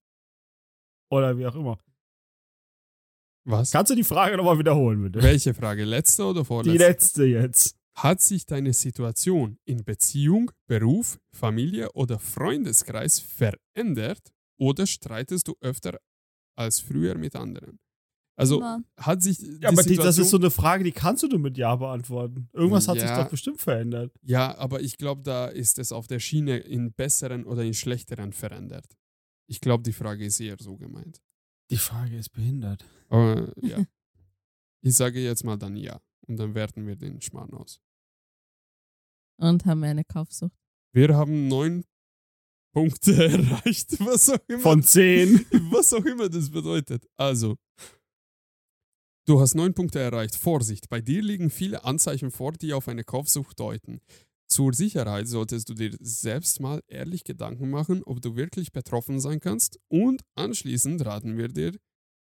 Speaker 4: Oder wie auch immer.
Speaker 3: Was?
Speaker 4: Kannst du die Frage nochmal wiederholen, bitte?
Speaker 3: Welche Frage? Letzte oder
Speaker 4: Die
Speaker 3: vorletzte?
Speaker 4: letzte jetzt.
Speaker 3: Hat sich deine Situation in Beziehung, Beruf, Familie oder Freundeskreis verändert oder streitest du öfter als früher mit anderen? Also
Speaker 2: Immer.
Speaker 3: hat sich die
Speaker 4: Ja, aber die,
Speaker 3: Situation,
Speaker 4: das ist so eine Frage, die kannst du nur mit Ja beantworten. Irgendwas hat sich
Speaker 3: Ja.
Speaker 4: doch bestimmt verändert.
Speaker 3: ja, aber ich glaube, da ist es auf der Schiene in besseren oder in schlechteren verändert. Ich glaube, die Frage ist eher so gemeint.
Speaker 4: Die Frage ist behindert.
Speaker 3: Aber ja. ich sage jetzt mal dann ja und dann werten wir den Schmarrn aus.
Speaker 1: Und haben wir eine Kaufsucht.
Speaker 3: Wir haben neun Punkte (laughs) erreicht, was auch immer.
Speaker 4: Von zehn.
Speaker 3: (laughs) Was auch immer das bedeutet. Also, du hast neun Punkte erreicht. Vorsicht, bei dir liegen viele Anzeichen vor, die auf eine Kaufsucht deuten. Zur Sicherheit solltest du dir selbst mal ehrlich Gedanken machen, ob du wirklich betroffen sein kannst. Und anschließend raten wir dir,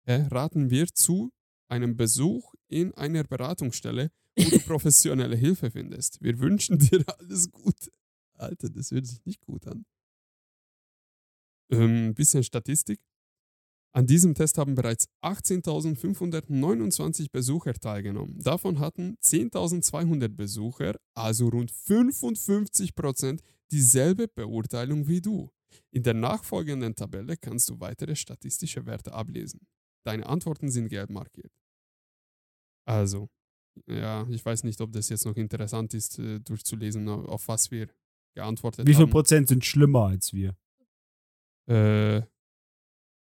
Speaker 3: äh, raten wir zu einem Besuch in einer Beratungsstelle, wo du professionelle Hilfe findest. Wir wünschen dir alles Gute. Alter, das hört sich nicht gut an. Ähm, bisschen Statistik. An diesem Test haben bereits 18.529 Besucher teilgenommen. Davon hatten 10.200 Besucher, also rund 55 Prozent, dieselbe Beurteilung wie du. In der nachfolgenden Tabelle kannst du weitere statistische Werte ablesen. Deine Antworten sind gelb markiert. Also, ja, ich weiß nicht, ob das jetzt noch interessant ist, äh, durchzulesen, auf auf was wir geantwortet
Speaker 4: Wie viel
Speaker 3: haben.
Speaker 4: Prozent sind schlimmer als wir?
Speaker 3: äh,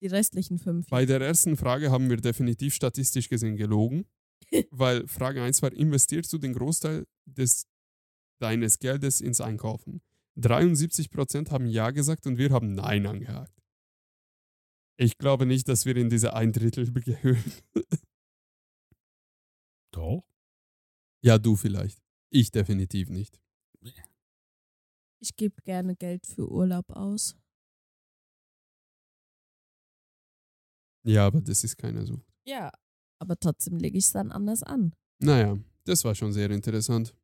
Speaker 1: Die restlichen fünf.
Speaker 3: Bei der ersten Frage haben wir definitiv statistisch gesehen gelogen, weil Frage 1 war, investierst du den Großteil des, deines Geldes ins Einkaufen? 73% haben Ja gesagt und wir haben Nein angehakt. Ich glaube nicht, dass wir in diese ein Drittel (laughs) gehören.
Speaker 4: Doch.
Speaker 3: Ja, du vielleicht. Ich definitiv nicht.
Speaker 1: ich gebe gerne Geld für Urlaub aus.
Speaker 3: Ja, aber das ist keiner so.
Speaker 1: Ja. Aber trotzdem lege ich es dann anders an.
Speaker 3: Naja, das war schon sehr interessant.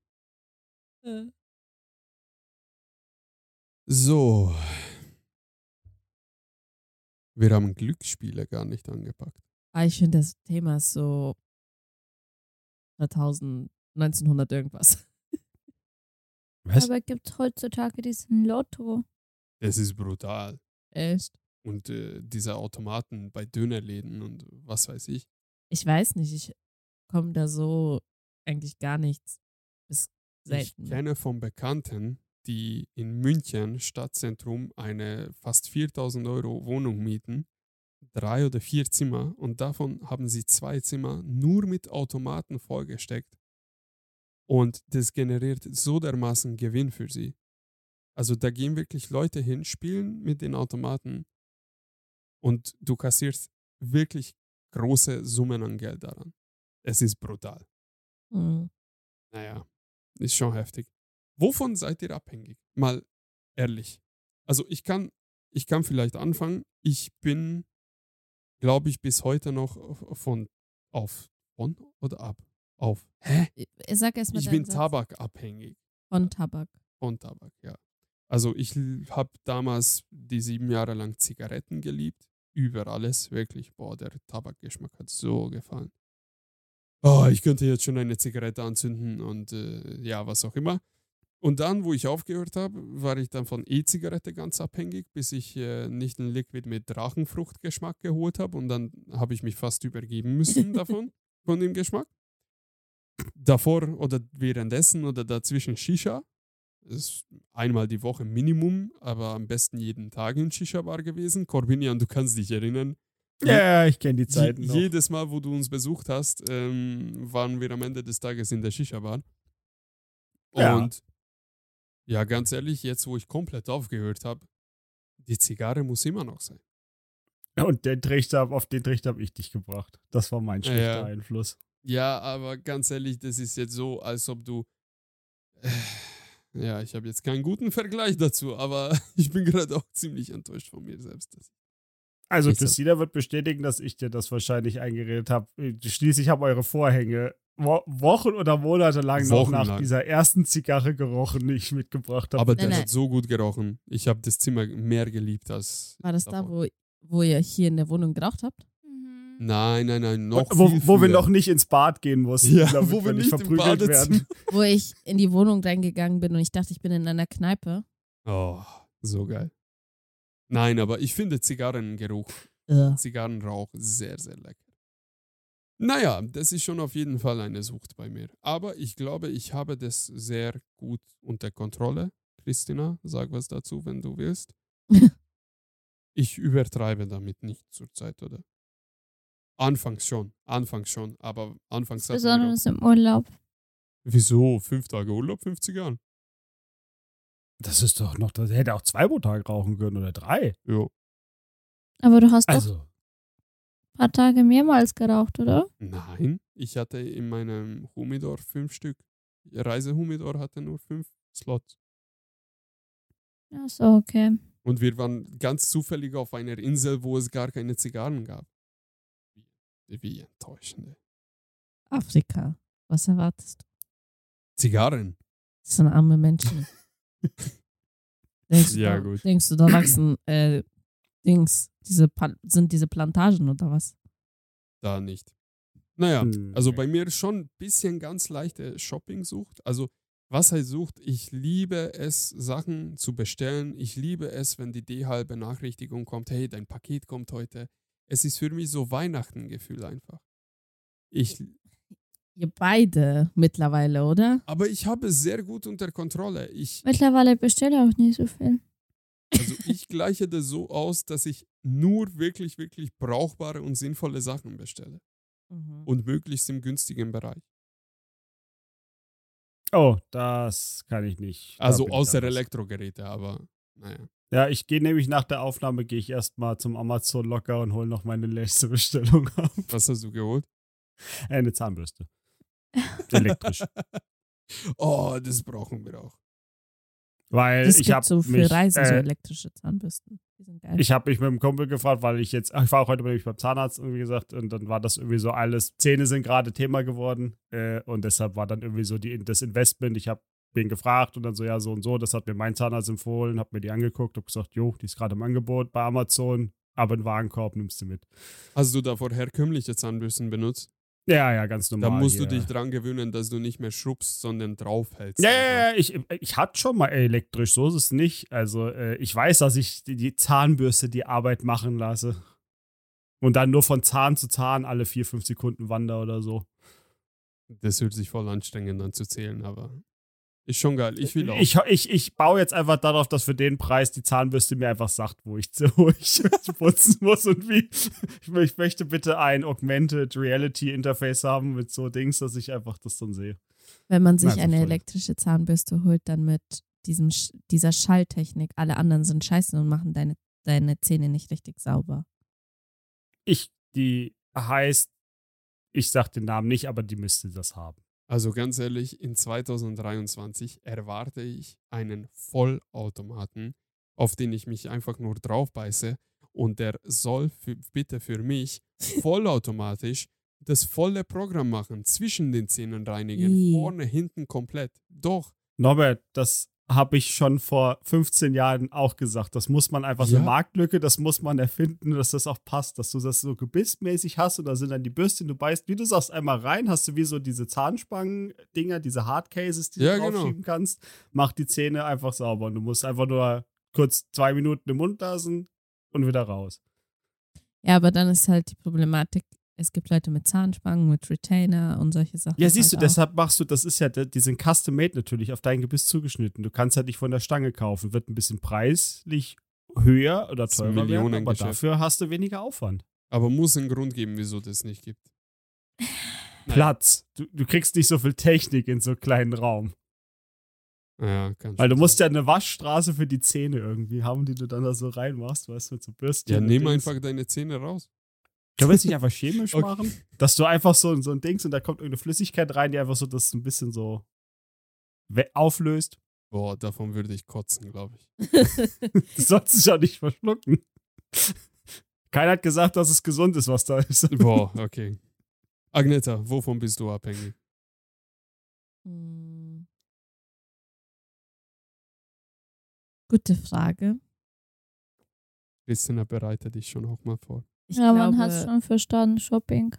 Speaker 3: So. Wir haben Glücksspiele gar nicht angepackt.
Speaker 1: Ah, ich finde das Thema ist so 2000, 1900 irgendwas.
Speaker 3: (laughs)
Speaker 4: Was?
Speaker 2: Aber gibt es heutzutage diesen Lotto?
Speaker 3: Das ist brutal.
Speaker 1: Echt?
Speaker 3: und äh, diese Automaten bei Dönerläden und was weiß ich.
Speaker 1: Ich weiß nicht, ich komme da so eigentlich gar nichts. Bis selten.
Speaker 3: Ich kenne von Bekannten, die in München Stadtzentrum eine fast 4000 Euro Wohnung mieten, drei oder vier Zimmer und davon haben sie zwei Zimmer nur mit Automaten vollgesteckt und das generiert so dermaßen Gewinn für sie. Also da gehen wirklich Leute hin, spielen mit den Automaten und du kassierst wirklich große Summen an Geld daran. Es ist brutal.
Speaker 1: Hm.
Speaker 3: Naja, ist schon heftig. Wovon seid ihr abhängig? Mal ehrlich. Also ich kann, ich kann vielleicht anfangen. Ich bin, glaube ich, bis heute noch von auf von oder ab. auf. Hä?
Speaker 1: Ich sag erstmal
Speaker 3: Ich bin
Speaker 1: Satz.
Speaker 3: tabakabhängig.
Speaker 1: Von Tabak.
Speaker 3: Von Tabak, ja. Also ich habe damals die sieben Jahre lang Zigaretten geliebt. Über alles, wirklich. Boah, der Tabakgeschmack hat so gefallen. Oh, ich könnte jetzt schon eine Zigarette anzünden und äh, ja, was auch immer. Und dann, wo ich aufgehört habe, war ich dann von E-Zigarette ganz abhängig, bis ich äh, nicht ein Liquid mit Drachenfruchtgeschmack geholt habe. Und dann habe ich mich fast übergeben müssen davon, von dem Geschmack. Davor oder währenddessen oder dazwischen Shisha. Das ist einmal die Woche Minimum, aber am besten jeden Tag in Shisha-Bar gewesen. Corbinian, du kannst dich erinnern.
Speaker 4: Ja, ich kenne die
Speaker 3: Je-
Speaker 4: Zeiten noch.
Speaker 3: Jedes Mal, wo du uns besucht hast, ähm, waren wir am Ende des Tages in der Shisha-Bar.
Speaker 4: Ja.
Speaker 3: Und ja, ganz ehrlich, jetzt wo ich komplett aufgehört habe, die Zigarre muss immer noch sein.
Speaker 4: Und den Trichter, auf den Trichter habe ich dich gebracht. Das war mein schlechter
Speaker 3: Ja.
Speaker 4: Einfluss.
Speaker 3: Ja, aber ganz ehrlich, das ist jetzt so, als ob du. äh, Ja, ich habe jetzt keinen guten Vergleich dazu, aber (laughs) ich bin gerade auch ziemlich enttäuscht von mir selbst.
Speaker 4: Also
Speaker 3: Ist so.
Speaker 4: Christina wird bestätigen, dass ich dir das wahrscheinlich eingeredet habe. Schließlich haben eure Vorhänge wo Wochen oder Monate lang noch nach
Speaker 3: Wochenlang.
Speaker 4: dieser ersten Zigarre gerochen, die ich mitgebracht habe.
Speaker 3: Aber
Speaker 1: Nein,
Speaker 3: das
Speaker 1: nein.
Speaker 3: hat so gut gerochen. Ich habe das Zimmer mehr geliebt als.
Speaker 1: War das da, wo,
Speaker 3: davor.
Speaker 1: wo ihr hier in der Wohnung geraucht habt?
Speaker 2: Mhm.
Speaker 3: Nein, nein, nein, noch.
Speaker 4: wo,
Speaker 3: viel
Speaker 4: wo
Speaker 3: früher.
Speaker 4: wir noch nicht ins Bad gehen
Speaker 3: (laughs)
Speaker 4: mussten,
Speaker 3: Ja,
Speaker 4: damit
Speaker 3: wo wir
Speaker 4: nicht
Speaker 3: nicht im
Speaker 4: verprügelt
Speaker 3: Badezimmer-
Speaker 4: werden.
Speaker 1: Wo ich in die Wohnung reingegangen bin und ich dachte, ich bin in einer Kneipe.
Speaker 3: (laughs) Oh, so geil. Nein, aber ich finde Zigarrengeruch,
Speaker 1: Ugh.
Speaker 3: Zigarrenrauch sehr, sehr lecker. Naja, das ist schon auf jeden Fall eine Sucht bei mir. Aber ich glaube, ich habe das sehr gut unter Kontrolle. Christina, sag was dazu, wenn du willst. ich übertreibe damit nicht zurzeit, oder? Anfangs schon, anfangs schon, aber anfangs hatten wir auch-
Speaker 2: Besonders im Urlaub.
Speaker 3: Wieso? Fünf Tage Urlaub, 50 Jahren?
Speaker 4: Das ist doch noch, das hätte auch zwei pro Tag rauchen können oder drei.
Speaker 3: Ja.
Speaker 2: Aber du hast doch
Speaker 4: Also,
Speaker 2: ein paar Tage mehrmals geraucht, oder?
Speaker 3: Nein, ich hatte in meinem Humidor fünf Stück. Reisehumidor hatte nur fünf Slots.
Speaker 2: Ach so, okay.
Speaker 3: Und wir waren ganz zufällig auf einer Insel, wo es gar keine Zigarren gab. Wie, wie enttäuschend. ey.
Speaker 1: Afrika. Was erwartest du?
Speaker 3: Zigarren?
Speaker 1: Das sind arme (laughs) Menschen. denkst, du,
Speaker 3: Ja,
Speaker 1: da-
Speaker 3: gut.
Speaker 1: denkst du, da wachsen äh, Dings, diese Pal sind diese Plantagen oder was?
Speaker 3: Da nicht. Naja,
Speaker 4: Hm.
Speaker 3: also bei mir schon ein bisschen ganz leichte Shopping-Sucht. Also, was heißt Sucht? Ich liebe es, Sachen zu bestellen. Ich liebe es, wenn die DHL-Benachrichtigung kommt: hey, dein Paket kommt heute. Es ist für mich so Weihnachten-Gefühl einfach. Ich,
Speaker 1: Ihr beide mittlerweile, oder?
Speaker 3: aber ich habe es sehr gut unter Kontrolle. Ich,
Speaker 2: Mittlerweile bestelle auch nicht so viel.
Speaker 3: also ich gleiche das so aus, dass ich nur wirklich, wirklich brauchbare und sinnvolle Sachen bestelle.
Speaker 1: Mhm.
Speaker 3: Und möglichst im günstigen Bereich.
Speaker 4: oh, das kann ich nicht. Da
Speaker 3: Also
Speaker 4: bin ich
Speaker 3: außer
Speaker 4: anders.
Speaker 3: Elektrogeräte, aber naja.
Speaker 4: Ja, ich gehe nämlich nach der Aufnahme, gehe ich erstmal zum Amazon Locker und hole noch meine letzte Bestellung ab.
Speaker 3: Was hast du geholt?
Speaker 4: Äh,
Speaker 1: (laughs)
Speaker 4: eine Zahnbürste. Elektrisch.
Speaker 3: Oh, das brauchen wir auch. äh,
Speaker 4: Weil
Speaker 1: Das
Speaker 4: ich
Speaker 1: gibt
Speaker 4: habe
Speaker 1: so für
Speaker 4: mich,
Speaker 1: Reisen so
Speaker 4: äh,
Speaker 1: elektrische Zahnbürsten. Die sind geil.
Speaker 4: ich habe mich mit dem Kumpel gefragt, weil ich jetzt, ich war auch heute nämlich beim Zahnarzt irgendwie gesagt und dann war das irgendwie so alles, Zähne sind gerade Thema geworden äh, und deshalb war dann irgendwie so die, das Investment, ich habe den gefragt und dann so, ja so und so, das hat mir mein Zahnarzt empfohlen, habe mir die angeguckt, habe gesagt, jo, die ist gerade im Angebot bei Amazon, aber einen Warenkorb nimmst du mit.
Speaker 3: Hast du davor herkömmliche Zahnbürsten benutzt?
Speaker 4: Ja, ja, ganz normal.
Speaker 3: Da musst du
Speaker 4: hier.
Speaker 3: dich dran gewöhnen, dass du nicht mehr schrubbst, sondern draufhältst.
Speaker 4: Ja, ja, ja,
Speaker 3: also.
Speaker 4: ich, ich hatte schon mal elektrisch, so ist es nicht. Also äh, ich weiß, dass ich die, die Zahnbürste die Arbeit machen lasse. Und dann nur von Zahn zu Zahn alle vier, fünf Sekunden wander oder so.
Speaker 3: Das hört sich voll anstrengend an zu zählen, aber ist schon geil. Ich will auch.
Speaker 4: Ich, ich, ich baue jetzt einfach darauf, dass für den Preis die Zahnbürste mir einfach sagt, wo ich, (laughs) wo ich putzen muss und wie. Ich, mö- ich möchte bitte ein Augmented Reality Interface haben mit so Dings, dass ich einfach das dann sehe.
Speaker 1: Wenn man sich
Speaker 4: Nein, so
Speaker 1: eine
Speaker 4: voll.
Speaker 1: elektrische Zahnbürste holt, dann mit diesem, Sch- dieser Schalltechnik. Alle anderen sind scheiße und machen deine, deine Zähne nicht richtig sauber.
Speaker 4: Ich, die heißt, ich sag den Namen nicht, aber die müsste das haben.
Speaker 3: Also ganz ehrlich, in 2023 erwarte ich einen Vollautomaten, auf den ich mich einfach nur (laughs) draufbeiße und der soll für, bitte für mich vollautomatisch das volle Programm machen, zwischen den Zähnen reinigen,
Speaker 1: Ih.
Speaker 3: vorne, hinten komplett. Doch,
Speaker 4: Norbert, das habe ich schon vor 15 Jahren auch gesagt. Das muss man einfach so
Speaker 3: Ja.
Speaker 4: eine Marktlücke, das muss man erfinden, dass das auch passt, dass du das so gebissmäßig hast und da sind dann die Bürstchen, du beißt, wie du sagst, einmal rein, hast du wie so diese Zahnspangen-Dinger, diese Hardcases, die
Speaker 3: Ja,
Speaker 4: du
Speaker 3: genau.
Speaker 4: draufschieben kannst, mach die Zähne einfach sauber und du musst einfach nur kurz zwei Minuten im Mund lassen und wieder raus.
Speaker 1: Ja, aber dann ist halt die Problematik, es gibt Leute mit Zahnspangen, mit Retainer und solche Sachen.
Speaker 4: Ja, siehst du,
Speaker 1: halt auch.
Speaker 4: deshalb machst du, das ist ja, die sind custom made natürlich auf dein Gebiss zugeschnitten. Du kannst halt nicht von der Stange kaufen, wird ein bisschen preislich höher oder
Speaker 3: Das ist ein
Speaker 4: teurer werden, aber
Speaker 3: Millionengeschäft.
Speaker 4: dafür hast du weniger Aufwand.
Speaker 3: aber muss einen Grund geben, wieso das nicht gibt. Nein.
Speaker 4: Platz. Du, du kriegst nicht so viel Technik in so einen kleinen Raum.
Speaker 3: Ah Ja, kann
Speaker 4: Weil du
Speaker 3: schon
Speaker 4: musst
Speaker 3: sein.
Speaker 4: ja eine Waschstraße für die Zähne irgendwie haben, die du dann da so reinmachst, weißt du, mit so Bürsten.
Speaker 3: Ja,
Speaker 4: und
Speaker 3: nimm
Speaker 4: Dings.
Speaker 3: einfach deine Zähne raus.
Speaker 4: Können wir es nicht einfach
Speaker 3: (laughs)
Speaker 4: chemisch
Speaker 3: Okay.
Speaker 4: machen? Dass du einfach so, so ein Dings und da kommt irgendeine Flüssigkeit rein, die einfach so das ein bisschen so we- auflöst.
Speaker 3: Boah, davon würde ich kotzen, glaube ich.
Speaker 4: Du sollst es ja nicht verschlucken. Keiner hat gesagt, dass es gesund ist, was da ist.
Speaker 3: Boah, okay. Agneta, wovon bist du abhängig?
Speaker 1: (laughs) Hm. Gute Frage.
Speaker 3: Christina, bereite dich schon auch mal vor.
Speaker 1: Ich
Speaker 2: ja,
Speaker 1: glaube,
Speaker 2: man hat es schon verstanden, Shopping.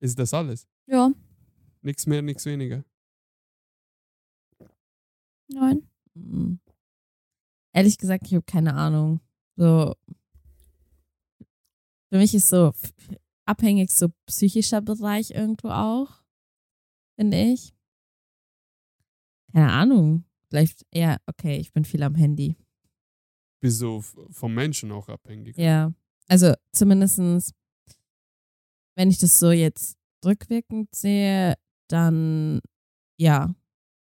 Speaker 3: Ist das alles?
Speaker 2: Ja,
Speaker 3: Nichts mehr, nichts weniger.
Speaker 2: nein.
Speaker 1: Hm. Ehrlich gesagt, ich habe keine Ahnung. So, für mich ist so f- abhängig so psychischer Bereich irgendwo auch, finde ich. Keine Ahnung. Vielleicht eher, okay, ich bin viel am Handy.
Speaker 3: Bist du f- vom Menschen auch abhängig?
Speaker 1: Ja, also zumindestens, wenn ich das so jetzt rückwirkend sehe, dann ja.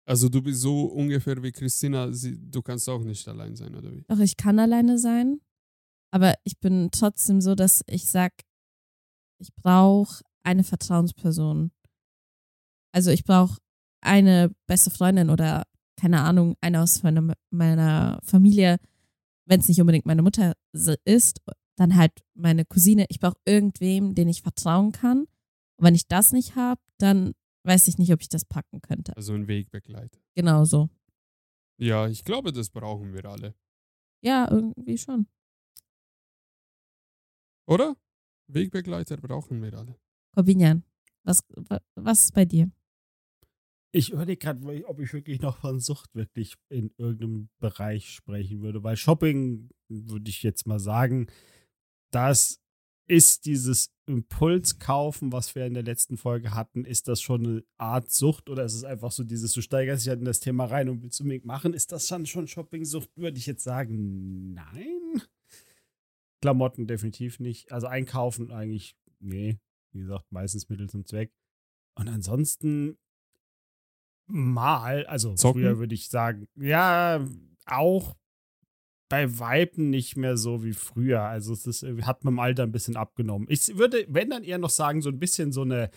Speaker 3: Also du bist so ungefähr wie Christina, sie, du kannst auch nicht allein sein, oder wie?
Speaker 1: Doch, ich kann alleine sein, aber ich bin trotzdem so, dass ich sag, ich brauche eine Vertrauensperson. Also ich brauche eine beste Freundin oder keine Ahnung, eine aus meiner- meiner Familie, wenn es nicht unbedingt meine Mutter se- ist, dann halt meine Cousine. Ich brauche irgendwem, den ich vertrauen kann. Und wenn ich das nicht habe, dann weiß ich nicht, ob ich das packen könnte.
Speaker 3: Also ein Wegbegleiter.
Speaker 1: Genau so.
Speaker 3: Ja, ich glaube, das brauchen wir alle.
Speaker 1: Ja, irgendwie schon.
Speaker 3: Oder? Wegbegleiter brauchen wir alle.
Speaker 1: Corbinian, was, wa- was ist bei dir?
Speaker 4: Ich überlege gerade, ob ich wirklich noch von Sucht wirklich in irgendeinem Bereich sprechen würde. Weil Shopping, würde ich jetzt mal sagen, das ist dieses Impulskaufen, was wir in der letzten Folge hatten, ist das schon eine Art Sucht oder ist es einfach so dieses, du steigerst dich halt in das Thema rein und willst unbedingt machen? Ist das dann schon Shopping-Sucht? Würde ich jetzt sagen, nein. Klamotten definitiv nicht. Also einkaufen eigentlich, nee. Wie gesagt, meistens Mittel zum Zweck. Und ansonsten mal, also
Speaker 3: Zocken?
Speaker 4: früher würde ich sagen, ja, auch bei Weiben nicht mehr so wie früher. Also es ist, irgendwie- hat mit dem Alter ein bisschen abgenommen. Ich würde, wenn dann eher noch sagen, so ein bisschen so eine,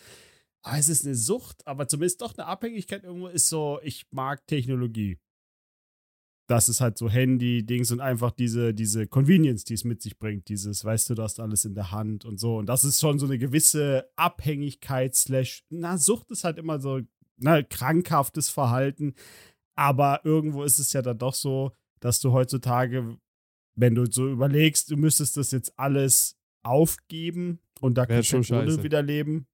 Speaker 4: ah, es ist eine Sucht, aber zumindest doch eine Abhängigkeit irgendwo ist so, ich mag Technologie. Das ist halt so Handy, Dings und einfach diese, diese Convenience, die es mit sich bringt. Dieses, weißt du, du hast alles in der Hand und so. Und das ist schon so eine gewisse Abhängigkeit slash, na, Sucht ist halt immer so, na, krankhaftes Verhalten. Aber irgendwo ist es ja dann doch so, dass du heutzutage, wenn du so überlegst, du müsstest das jetzt alles aufgeben und da
Speaker 3: Wär
Speaker 4: kannst du
Speaker 3: schon
Speaker 4: ohne
Speaker 3: scheiße.
Speaker 4: wieder leben,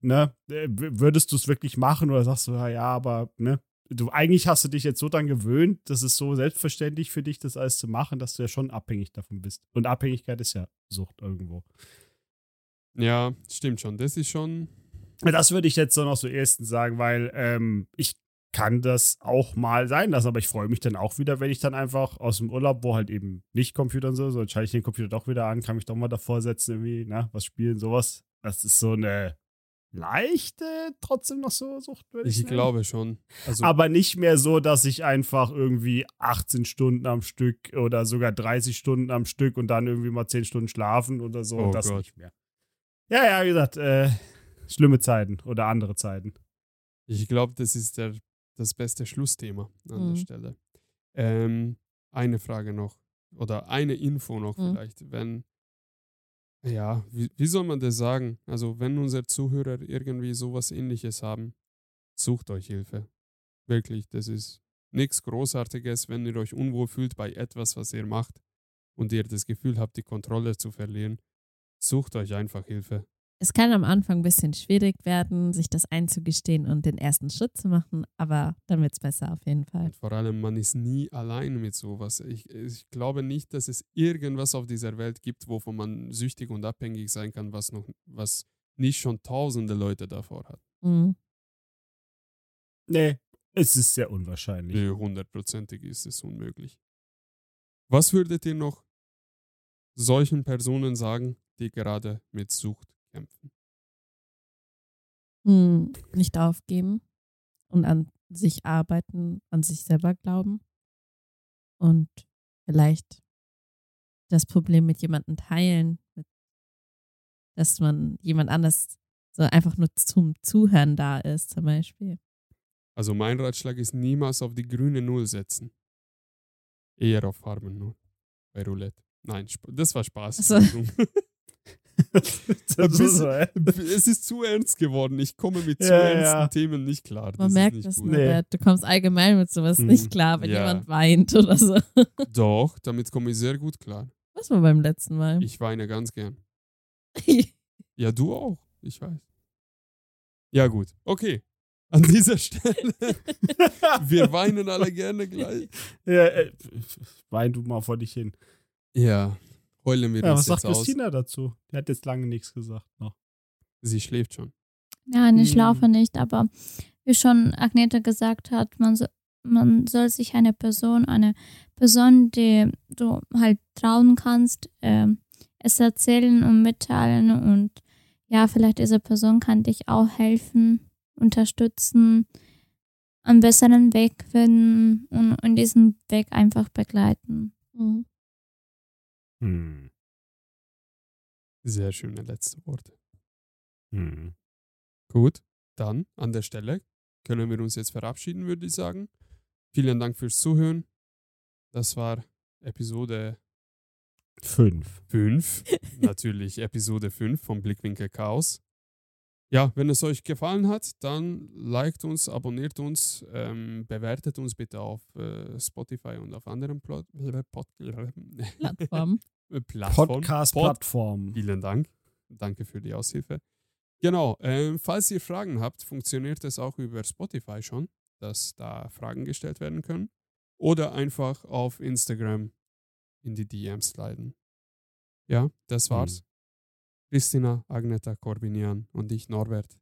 Speaker 4: ne? Äh, w- Würdest du es wirklich machen oder sagst du, ja, ja, aber, ne? Du, eigentlich hast du dich jetzt so dran gewöhnt, dass es so selbstverständlich für dich, das alles zu machen, dass du ja schon abhängig davon bist. Und Abhängigkeit ist ja Sucht irgendwo.
Speaker 3: Ja, stimmt schon. Das ist schon.
Speaker 4: Das würde ich jetzt so noch so erstens sagen, weil ähm, ich kann das auch mal sein lassen, aber ich freue mich dann auch wieder, wenn ich dann einfach aus dem Urlaub, wo halt eben nicht Computer und so, so schalte ich den Computer doch wieder an, kann mich doch mal davor setzen, irgendwie, ne, was spielen, sowas. Das ist so eine leichte, trotzdem noch so Sucht, würde ich
Speaker 3: Ich
Speaker 4: sagen.
Speaker 3: glaube schon. Also
Speaker 4: Aber nicht mehr so, dass ich einfach irgendwie 18 Stunden am Stück oder sogar 30 Stunden am Stück und dann irgendwie mal 10 Stunden schlafen oder so.
Speaker 3: Oh
Speaker 4: das
Speaker 3: Gott.
Speaker 4: nicht mehr. Ja, ja, wie gesagt, äh, schlimme Zeiten oder andere Zeiten.
Speaker 3: ich glaube, das ist der, das beste Schlussthema an der
Speaker 1: Mhm.
Speaker 3: Stelle. Ähm, eine Frage noch. Oder eine Info noch
Speaker 1: Mhm.
Speaker 3: vielleicht, wenn. Ja, wie, wie soll man das sagen? Also, wenn unsere Zuhörer irgendwie sowas ähnliches haben, sucht euch Hilfe. Wirklich, das ist nichts Großartiges, wenn ihr euch unwohl fühlt bei etwas, was ihr macht und ihr das Gefühl habt, die Kontrolle zu verlieren. Sucht euch einfach Hilfe.
Speaker 1: Es kann am Anfang ein bisschen schwierig werden, sich das einzugestehen und den ersten Schritt zu machen, aber dann wird es besser auf jeden Fall.
Speaker 3: Und vor allem, man ist nie allein mit sowas. Ich, ich glaube nicht, dass es irgendwas auf dieser Welt gibt, wovon man süchtig und abhängig sein kann, was, noch, was nicht schon tausende Leute davor hat.
Speaker 1: Mhm.
Speaker 4: Nee, es ist sehr unwahrscheinlich.
Speaker 3: Nee, hundertprozentig ist es unmöglich. Was würdet ihr noch solchen Personen sagen, die gerade mit Sucht kämpfen?
Speaker 1: Hm, Nicht aufgeben und an sich arbeiten, an sich selber glauben und vielleicht das Problem mit jemandem teilen, mit, dass man jemand anders so einfach nur zum Zuhören da ist, zum Beispiel.
Speaker 3: Also mein Ratschlag ist niemals auf die grüne Null setzen. Eher auf Farben Null. Bei Roulette. Nein, Sp- das war Spaß.
Speaker 1: Ach so.
Speaker 3: Entschuldigung.
Speaker 4: (laughs) das
Speaker 3: bisschen-
Speaker 4: so, ey.
Speaker 3: es ist zu ernst geworden. Ich komme mit zu
Speaker 4: Ja,
Speaker 3: ernsten
Speaker 4: ja.
Speaker 3: Themen nicht klar. Das
Speaker 1: Man
Speaker 3: ist
Speaker 1: merkt
Speaker 3: nicht
Speaker 1: das,
Speaker 3: gut.
Speaker 4: ne?
Speaker 1: Norbert. Du kommst allgemein mit sowas
Speaker 4: Hm,
Speaker 1: nicht klar, wenn
Speaker 3: ja.
Speaker 1: jemand weint oder so.
Speaker 3: Doch, damit komme ich sehr gut klar.
Speaker 1: Was war beim letzten Mal?
Speaker 3: Ich weine ganz gern. Ja, du auch. Ich weiß. Ja, gut. Okay. An (laughs) dieser
Speaker 1: (laughs)
Speaker 3: Stelle, (laughs) wir weinen alle gerne gleich.
Speaker 4: (laughs) Ja, äh, wein du mal vor dich hin.
Speaker 3: Ja, heulen wir
Speaker 4: Ja, was
Speaker 3: das
Speaker 4: sagt
Speaker 3: jetzt aus.
Speaker 4: Christina dazu? Die hat jetzt lange nichts gesagt noch.
Speaker 3: Sie schläft schon.
Speaker 2: Nein, ich
Speaker 4: Hm.
Speaker 2: schlafe nicht, aber wie schon Agneta gesagt hat, man, so, man soll sich eine Person, eine Person, die du halt trauen kannst, ähm, es erzählen und mitteilen und ja, vielleicht diese Person kann dich auch helfen, unterstützen, einen besseren Weg finden und, und diesen Weg einfach begleiten.
Speaker 1: Mhm.
Speaker 4: Hm.
Speaker 3: Sehr schöne letzte Worte.
Speaker 4: Hm.
Speaker 3: Gut, dann an der Stelle können wir uns jetzt verabschieden, würde ich sagen. Vielen Dank fürs Zuhören. Das war Episode
Speaker 4: Fünf.
Speaker 3: 5. Natürlich Episode 5 vom Blickwinkel Chaos. Ja, wenn es euch gefallen hat, dann liked uns, abonniert uns, ähm, bewertet uns bitte auf äh, Spotify und auf anderen Plot (laughs) Pod
Speaker 1: (laughs) Plattform.
Speaker 3: Plattformen. Pod-
Speaker 4: Podcast-Plattform.
Speaker 3: Vielen Dank. Danke für die Aushilfe. Genau, ähm, falls ihr Fragen habt, funktioniert es auch über Spotify schon, dass da Fragen gestellt werden können. Oder einfach auf Instagram in die DMs leiten. Ja, das war's. Christina, Agneta, Corbinian und ich, Norbert.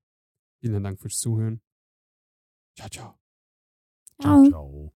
Speaker 3: Vielen Dank fürs Zuhören. Ciao, ciao.
Speaker 2: Ciao.
Speaker 4: Ciao.